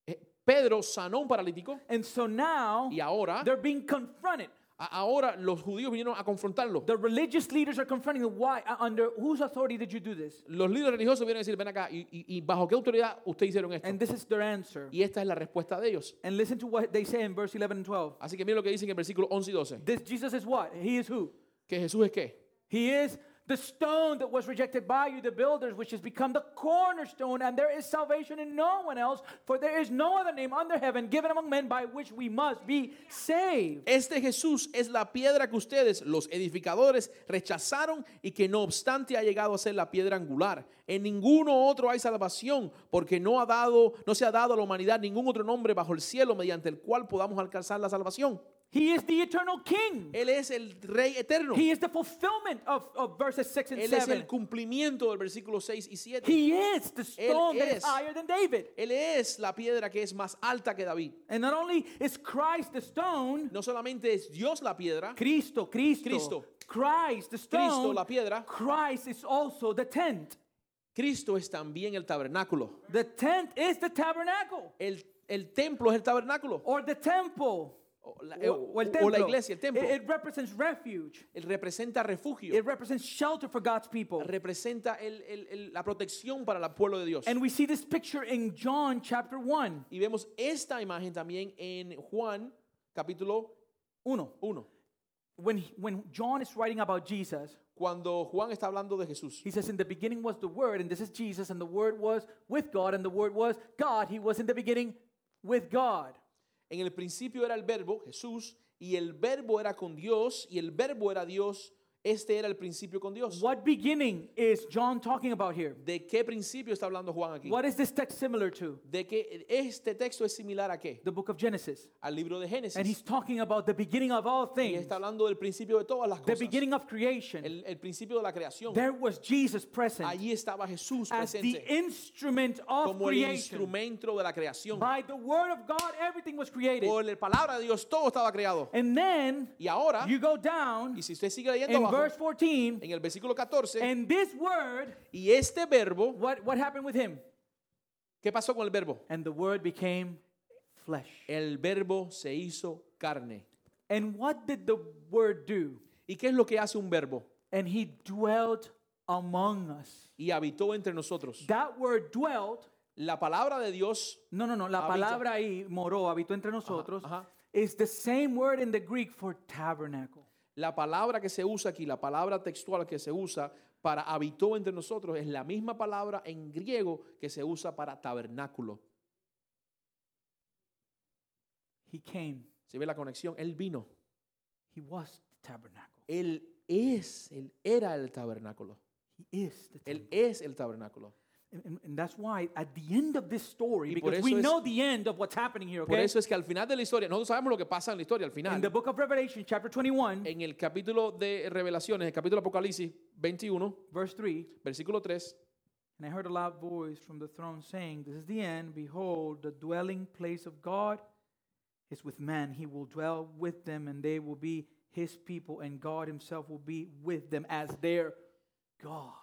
Speaker 2: eh, Pedro sanó un paralítico
Speaker 1: And so now
Speaker 2: y ahora,
Speaker 1: they're being confronted.
Speaker 2: a- ahora los judíos vinieron a confrontarlo.
Speaker 1: The religious leaders are confronting them. Why? uh, Under whose authority did you do this?
Speaker 2: Los líderes religiosos vinieron a decir, ven acá, ¿y, y- y bajo qué autoridad ustedes hicieron esto?
Speaker 1: And this is their answer.
Speaker 2: Y esta es la respuesta de ellos.
Speaker 1: And listen to what they say in verse 11 and 12.
Speaker 2: Así que miren lo que dicen en el versículo 11 y 12.
Speaker 1: This Jesus is what? He is who?
Speaker 2: Que Jesús es qué?
Speaker 1: He is the stone that was rejected by you, the builders, which has become the cornerstone, and there is salvation in no one else, for there is no other name under heaven given among men by which we must be saved.
Speaker 2: Este Jesús es la piedra que ustedes, los edificadores, rechazaron y que no obstante ha llegado a ser la piedra angular. En ninguno otro hay salvación, porque no ha dado, no se ha dado a la humanidad ningún otro nombre bajo el cielo mediante el cual podamos alcanzar la salvación.
Speaker 1: He is the eternal King.
Speaker 2: Él es el Rey eterno.
Speaker 1: He is the fulfillment of, of verses 6 and
Speaker 2: Él es el
Speaker 1: 7.
Speaker 2: cumplimiento del versículo 6 y 7.
Speaker 1: He is the stone that is
Speaker 2: es.
Speaker 1: higher than David.
Speaker 2: Él es la piedra que es más alta que David.
Speaker 1: And not only is Christ the stone,
Speaker 2: No solamente es Dios la piedra,
Speaker 1: Cristo, Cristo,
Speaker 2: Cristo.
Speaker 1: Christ the stone,
Speaker 2: Cristo la piedra,
Speaker 1: Christ is also the tent.
Speaker 2: Cristo es también el tabernáculo.
Speaker 1: The tent is the tabernacle
Speaker 2: El, el templo es el tabernáculo.
Speaker 1: or the temple
Speaker 2: O la,
Speaker 1: o,
Speaker 2: o-
Speaker 1: o el
Speaker 2: Eh, o la
Speaker 1: templo.
Speaker 2: iglesia, el templo.
Speaker 1: It, it represents refuge.
Speaker 2: Él representa refugio.
Speaker 1: It represents shelter for God's people.
Speaker 2: representa el- el- el- la protección para el pueblo de Dios.
Speaker 1: And we see this picture in John chapter 1.
Speaker 2: y vemos esta imagen también en Juan capítulo
Speaker 1: Uno.
Speaker 2: 1.
Speaker 1: when, he- when John is writing about Jesus,
Speaker 2: Cuando Juan está hablando de Jesús,
Speaker 1: he says, In the beginning was the Word, and this is Jesus, and the Word was with God, and the Word was God. He was in the beginning with God.
Speaker 2: en el principio era el verbo, Jesús, y el verbo era con Dios, y el verbo era Dios, este era el principio con Dios.
Speaker 1: What beginning is John talking about here?
Speaker 2: ¿De qué principio está hablando Juan aquí?
Speaker 1: What is this text similar to?
Speaker 2: De que este texto es similar a qué?
Speaker 1: The book of Genesis.
Speaker 2: Al libro de
Speaker 1: And he's
Speaker 2: Génesis.
Speaker 1: talking about the beginning of all
Speaker 2: Y
Speaker 1: things,
Speaker 2: está hablando del principio de todas las
Speaker 1: the
Speaker 2: cosas.
Speaker 1: beginning of creation.
Speaker 2: El, el principio de la creación.
Speaker 1: There was Jesus present
Speaker 2: Allí estaba Jesús
Speaker 1: as the
Speaker 2: presente
Speaker 1: instrument of
Speaker 2: como el
Speaker 1: creation.
Speaker 2: instrumento de la creación.
Speaker 1: By the Word of God, everything was created.
Speaker 2: Por la palabra de Dios todo estaba creado.
Speaker 1: And then
Speaker 2: Y ahora,
Speaker 1: you go down
Speaker 2: y si usted sigue leyendo
Speaker 1: in
Speaker 2: abajo,
Speaker 1: verse 14,
Speaker 2: en el versículo 14,
Speaker 1: and this word,
Speaker 2: y este verbo,
Speaker 1: what, what happened with him?
Speaker 2: ¿qué pasó con el verbo?
Speaker 1: And the word became flesh.
Speaker 2: El verbo se hizo carne.
Speaker 1: And what did the word do?
Speaker 2: ¿Y qué es lo que hace un verbo?
Speaker 1: And he dwelt among us.
Speaker 2: Y habitó entre nosotros.
Speaker 1: That word dwelt,
Speaker 2: La palabra de Dios
Speaker 1: no, no, no, la
Speaker 2: Habita.
Speaker 1: palabra ahí, moró, habitó entre nosotros,
Speaker 2: ajá.
Speaker 1: is the same word in the Greek for tabernacle.
Speaker 2: La palabra que se usa aquí, la palabra textual que se usa para habitó entre nosotros, es la misma palabra en griego que se usa para tabernáculo.
Speaker 1: He came,
Speaker 2: ¿Se ve la conexión? Él vino.
Speaker 1: he was the tabernacle.
Speaker 2: Él es, él era el tabernáculo.
Speaker 1: He is the
Speaker 2: Él
Speaker 1: tabernacle.
Speaker 2: es el tabernáculo.
Speaker 1: And, and- and that's why at the end of this story,
Speaker 2: Y por
Speaker 1: because we
Speaker 2: eso es-
Speaker 1: know the end of what's happening here,
Speaker 2: Por
Speaker 1: okay?
Speaker 2: eso es que al final de la historia, nosotros sabemos lo que pasa en la historia al
Speaker 1: In the
Speaker 2: final.
Speaker 1: book of Revelation, chapter 21,
Speaker 2: En el capítulo de Revelaciones, el capítulo de Apocalipsis 21,
Speaker 1: verse 3,
Speaker 2: versículo 3,
Speaker 1: and I heard a loud voice from the throne saying, This is the end. Behold, the dwelling place of God is with man. He will dwell with them, and they will be his people, and God himself will be with them as their God.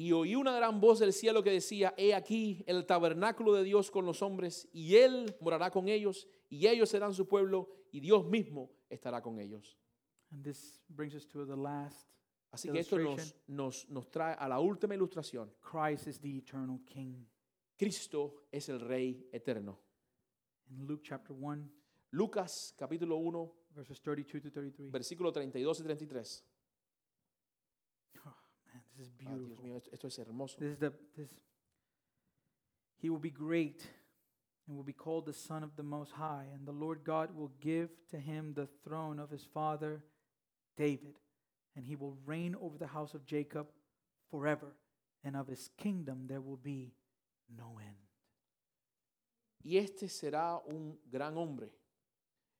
Speaker 2: Y oí una gran voz del cielo que decía, he aquí el tabernáculo de Dios con los hombres, y él morará con ellos, y ellos serán su pueblo, y Dios mismo estará con ellos.
Speaker 1: And this brings us to the last
Speaker 2: Así que esto nos,
Speaker 1: Illustration.
Speaker 2: nos, nos trae a la última ilustración.
Speaker 1: Christ is the eternal King.
Speaker 2: Cristo es el Rey eterno.
Speaker 1: In Luke chapter 1,
Speaker 2: Lucas capítulo 1,
Speaker 1: verses 32 to 33.
Speaker 2: versículo 32 y 33.
Speaker 1: Man, this is
Speaker 2: Ah, Dios
Speaker 1: beautiful.
Speaker 2: mío, esto, esto es hermoso.
Speaker 1: This is the this. He will be great, and will be called the Son of the Most High, and the Lord God will give to him the throne of his father David, and he will reign over the house of Jacob forever, and of his kingdom there will be no end.
Speaker 2: Y este será un gran hombre.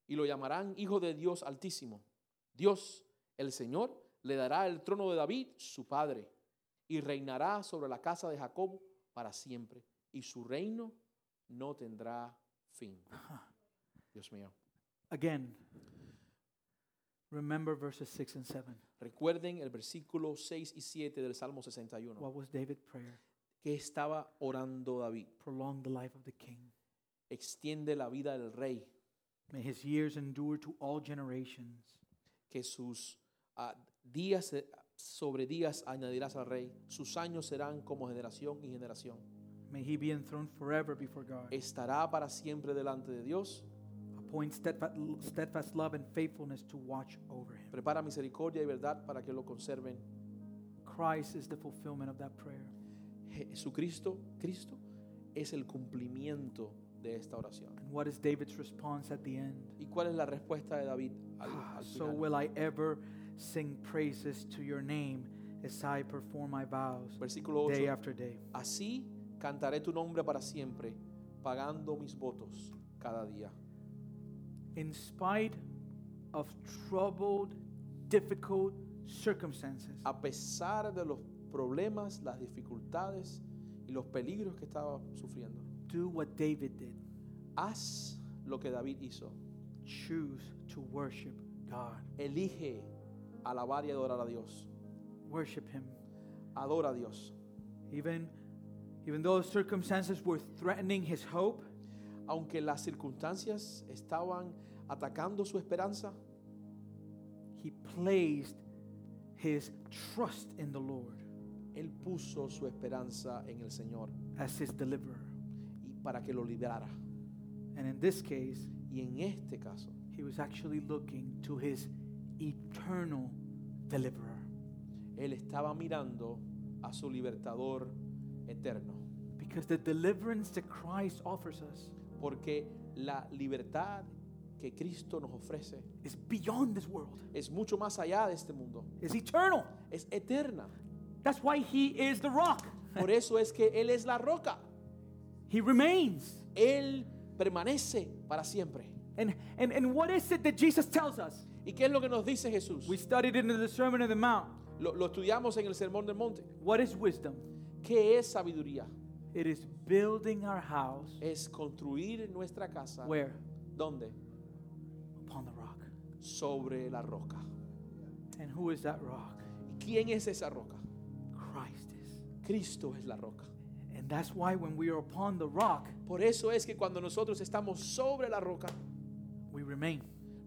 Speaker 2: Y lo llamarán Hijo de Dios Altísimo. Dios, el Señor, le dará el trono de David, su padre, y reinará sobre la casa de Jacob para siempre. Y su reino no tendrá fin. Dios mío.
Speaker 1: Again, remember verses six and seven.
Speaker 2: Recuerden el versículo 6 y 7 del Salmo 61,
Speaker 1: What was David's prayer?
Speaker 2: que estaba orando David.
Speaker 1: Prolong the life of the king.
Speaker 2: Extiende la vida del rey,
Speaker 1: May his years endure to all generations.
Speaker 2: que sus ah, días eh, sobre días añadirás al rey, sus años serán como generación y generación.
Speaker 1: May he be enthroned forever before God.
Speaker 2: Estará para siempre delante de Dios,
Speaker 1: appoint steadfast, steadfast love and faithfulness to watch over him.
Speaker 2: prepara misericordia y verdad para que lo conserven.
Speaker 1: Christ is the fulfillment of that prayer.
Speaker 2: Jesucristo, Cristo, es el cumplimiento de esta oración.
Speaker 1: And what is David's response at the end?
Speaker 2: ¿Y cuál es la respuesta de David al, al
Speaker 1: Ah, So
Speaker 2: final?
Speaker 1: will I ever sing praises to your name as I perform my vows
Speaker 2: Versículo
Speaker 1: day
Speaker 2: 8.
Speaker 1: after day.
Speaker 2: Así cantaré tu nombre para siempre, pagando mis votos cada día.
Speaker 1: In spite of troubled, difficult circumstances,
Speaker 2: a pesar de los problemas, las dificultades y los peligros que estaba sufriendo.
Speaker 1: do what David did.
Speaker 2: Haz lo que David hizo.
Speaker 1: Choose to worship God.
Speaker 2: Elige alabar y adorar a Dios.
Speaker 1: Worship him.
Speaker 2: Adora a Dios.
Speaker 1: Even even though circumstances were threatening his hope,
Speaker 2: Aunque las circunstancias estaban atacando su esperanza,
Speaker 1: He placed his trust in the Lord
Speaker 2: él puso su esperanza en el Señor
Speaker 1: as his deliverer.
Speaker 2: y para que lo librara.
Speaker 1: And in this case,
Speaker 2: Y en este caso,
Speaker 1: he was actually looking to his eternal deliverer
Speaker 2: Él estaba mirando a su libertador eterno.
Speaker 1: because the deliverance that Christ offers us
Speaker 2: Porque la libertad que Cristo nos ofrece
Speaker 1: is beyond this world.
Speaker 2: es mucho más allá de este mundo.
Speaker 1: It's eternal.
Speaker 2: Es eterna.
Speaker 1: That's why he is the rock.
Speaker 2: Por eso es que Él es la roca.
Speaker 1: He remains.
Speaker 2: Él permanece para siempre.
Speaker 1: And and and what is it that Jesus tells us?
Speaker 2: ¿Y qué es lo que nos dice Jesús?
Speaker 1: We studied it in the Sermon on the Mount.
Speaker 2: Lo, lo estudiamos en el Sermón del Monte.
Speaker 1: What is wisdom?
Speaker 2: ¿Qué es sabiduría?
Speaker 1: It is building our house
Speaker 2: Es construir nuestra casa.
Speaker 1: where
Speaker 2: ¿Dónde?
Speaker 1: upon the rock.
Speaker 2: Sobre la roca.
Speaker 1: And who is that rock?
Speaker 2: ¿Y quién es esa roca?
Speaker 1: Christ is.
Speaker 2: Cristo es la roca.
Speaker 1: And that's why when we are upon the rock,
Speaker 2: Por eso es que cuando nosotros estamos sobre la roca,
Speaker 1: we remain.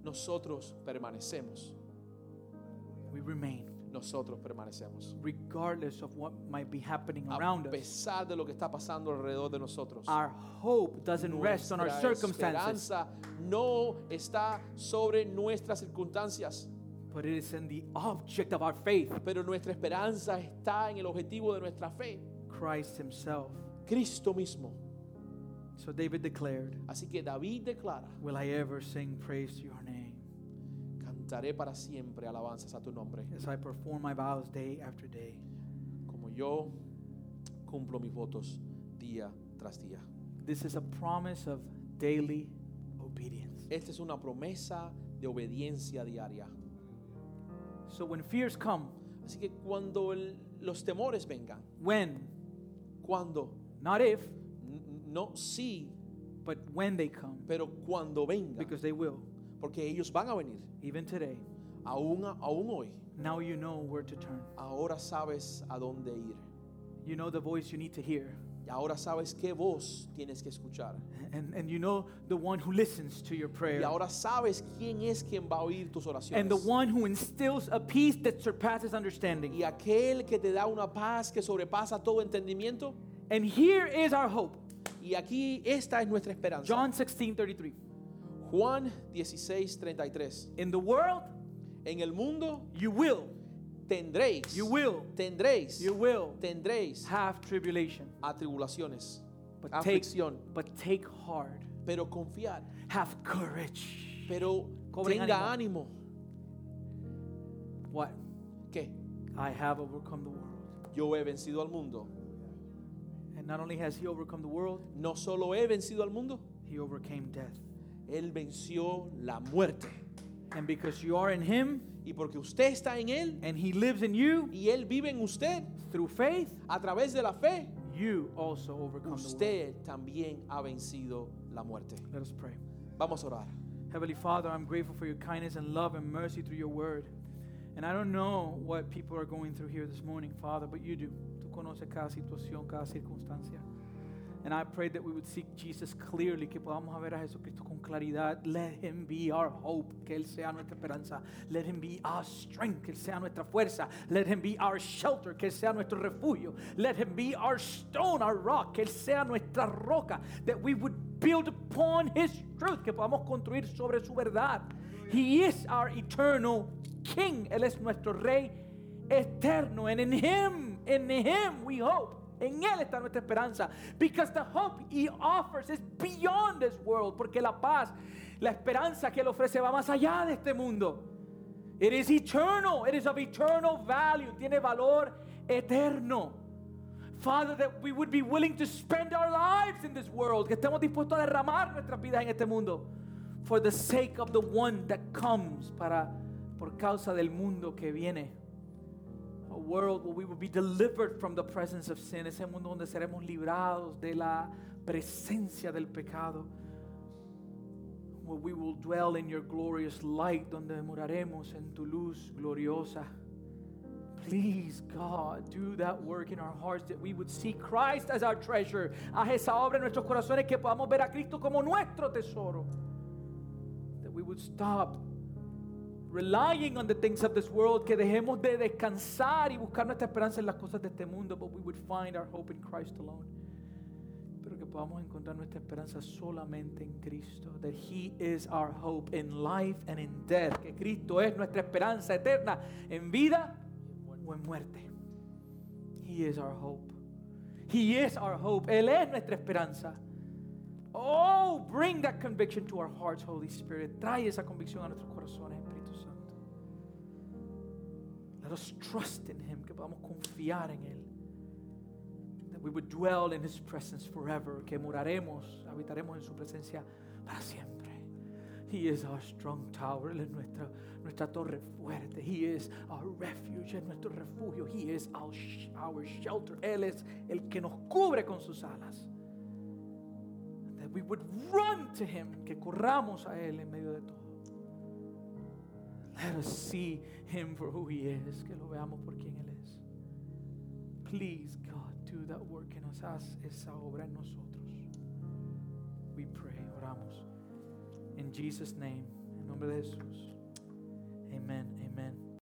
Speaker 2: nosotros permanecemos.
Speaker 1: We remain
Speaker 2: Nosotros permanecemos.
Speaker 1: regardless of what might be happening
Speaker 2: A
Speaker 1: around us.
Speaker 2: pesar de lo que está pasando alrededor de nosotros.
Speaker 1: Our hope doesn't rest on our
Speaker 2: Nuestra
Speaker 1: circumstances,
Speaker 2: esperanza no está sobre nuestras circunstancias,
Speaker 1: but it is in the object of our faith,
Speaker 2: pero nuestra esperanza está en el objetivo de nuestra fe,
Speaker 1: Christ himself.
Speaker 2: Cristo mismo.
Speaker 1: So David declared,
Speaker 2: Así que David declara,
Speaker 1: "Will I ever sing praise to your name
Speaker 2: cantaré para siempre alabanzas a tu nombre,
Speaker 1: as I perform my vows day after day?"
Speaker 2: como yo cumplo mis votos día tras día.
Speaker 1: This is a promise of daily obedience.
Speaker 2: Esta es una promesa de obediencia diaria.
Speaker 1: So when fears come,
Speaker 2: Así que cuando el- los temores vengan,
Speaker 1: when,
Speaker 2: cuando,
Speaker 1: not if,
Speaker 2: n- no sí,
Speaker 1: but when they come,
Speaker 2: pero cuando vengan,
Speaker 1: because they will,
Speaker 2: porque ellos van a venir.
Speaker 1: even today,
Speaker 2: Aún, aún hoy,
Speaker 1: now you know where to turn.
Speaker 2: ahora sabes a dónde ir.
Speaker 1: You know the voice you need to hear.
Speaker 2: Y ahora sabes qué voz tienes que escuchar.
Speaker 1: And, and you know the one who listens to your
Speaker 2: Y
Speaker 1: prayer.
Speaker 2: ahora sabes quién es quien va a oír tus
Speaker 1: And the
Speaker 2: oraciones.
Speaker 1: one who instills a peace that surpasses understanding.
Speaker 2: Y aquel que te da una paz que sobrepasa todo entendimiento.
Speaker 1: And here is our hope.
Speaker 2: Y aquí esta es nuestra esperanza.
Speaker 1: John 16 33.
Speaker 2: Juan 16, 33.
Speaker 1: In the world,
Speaker 2: En el mundo
Speaker 1: you will,
Speaker 2: tendréis,
Speaker 1: you will,
Speaker 2: tendréis,
Speaker 1: you will
Speaker 2: tendréis
Speaker 1: have tribulation.
Speaker 2: atribulaciones,
Speaker 1: But take,
Speaker 2: aflicción.
Speaker 1: but take heart.
Speaker 2: Pero confiar,
Speaker 1: Have courage.
Speaker 2: pero
Speaker 1: Cobren
Speaker 2: tenga ánimo.
Speaker 1: What?
Speaker 2: ¿Qué?
Speaker 1: I have overcome the world.
Speaker 2: Yo he vencido al mundo.
Speaker 1: And not only has he overcome the world,
Speaker 2: No solo he vencido al mundo,
Speaker 1: he overcame death.
Speaker 2: él venció la muerte.
Speaker 1: And because you are in him
Speaker 2: Y porque usted está en él
Speaker 1: and he lives in you
Speaker 2: y él vive en usted
Speaker 1: through faith,
Speaker 2: a través de la fe,
Speaker 1: you also overcome the world.
Speaker 2: usted también ha vencido la muerte.
Speaker 1: Let us pray.
Speaker 2: Vamos a orar.
Speaker 1: Heavenly Father, I'm grateful for your kindness and love and mercy through your word. And I don't know what people are going through here this morning, Father, but you do. Tú conoces cada situación, cada circunstancia. And I pray that we would seek Jesus clearly, que podamos ver a Jesucristo con claridad. Let him be our hope, que él sea nuestra esperanza. Let him be our strength, que él sea nuestra fuerza. Let him be our shelter, que él sea nuestro refugio. Let him be our stone, our rock, que él sea nuestra roca. That we would build upon his truth, que podamos construir sobre su verdad. He is our eternal king. Él es nuestro rey eterno. And in him, in him we hope. En Él está nuestra esperanza. Because the hope He offers is beyond this world. Porque la paz, la esperanza que Él ofrece va más allá de este mundo. It is eternal. It is of eternal value. Tiene valor eterno. Father, that we would be willing to spend our lives in this world. Que estemos dispuestos a derramar nuestras vidas en este mundo. For the sake of the one that comes. Para, por causa del mundo que viene. a world where we will be delivered from the presence of sin, ese mundo donde seremos librados de la presencia del pecado, where we will dwell in your glorious light, donde moraremos en tu luz gloriosa. Please, God, do that work in our hearts that we would see Christ as our treasure. Haz esa obra en nuestros corazones que podamos ver a Cristo como nuestro tesoro. That we would stop relying on the things of this world, que dejemos de descansar y buscar nuestra esperanza en las cosas de este mundo, but we would find our hope in Christ alone. Pero que podamos encontrar nuestra esperanza solamente en Cristo. That He is our hope in life and in death. Que Cristo es nuestra esperanza eterna en vida o en muerte. He is our hope. He is our hope. Él es nuestra esperanza. Oh, bring that conviction to our hearts, Holy Spirit. Trae esa convicción a nuestros corazones, Espíritu Santo. Let us trust in Him, que podamos confiar en Él. That we would dwell in His presence forever, que moraremos, habitaremos en su presencia para siempre. He is our strong tower, Él es nuestra, nuestra torre fuerte. He is our refuge, es nuestro refugio. He is our, sh- our shelter. Él es el que nos cubre con sus alas. That we would run to Him, que corramos a Él en medio de todo. Let us see Him for who He is, que lo veamos por quien Él es. Please, God, do that work in us. Haz esa obra en nosotros. We pray, oramos. In Jesus' name, en nombre de Jesús.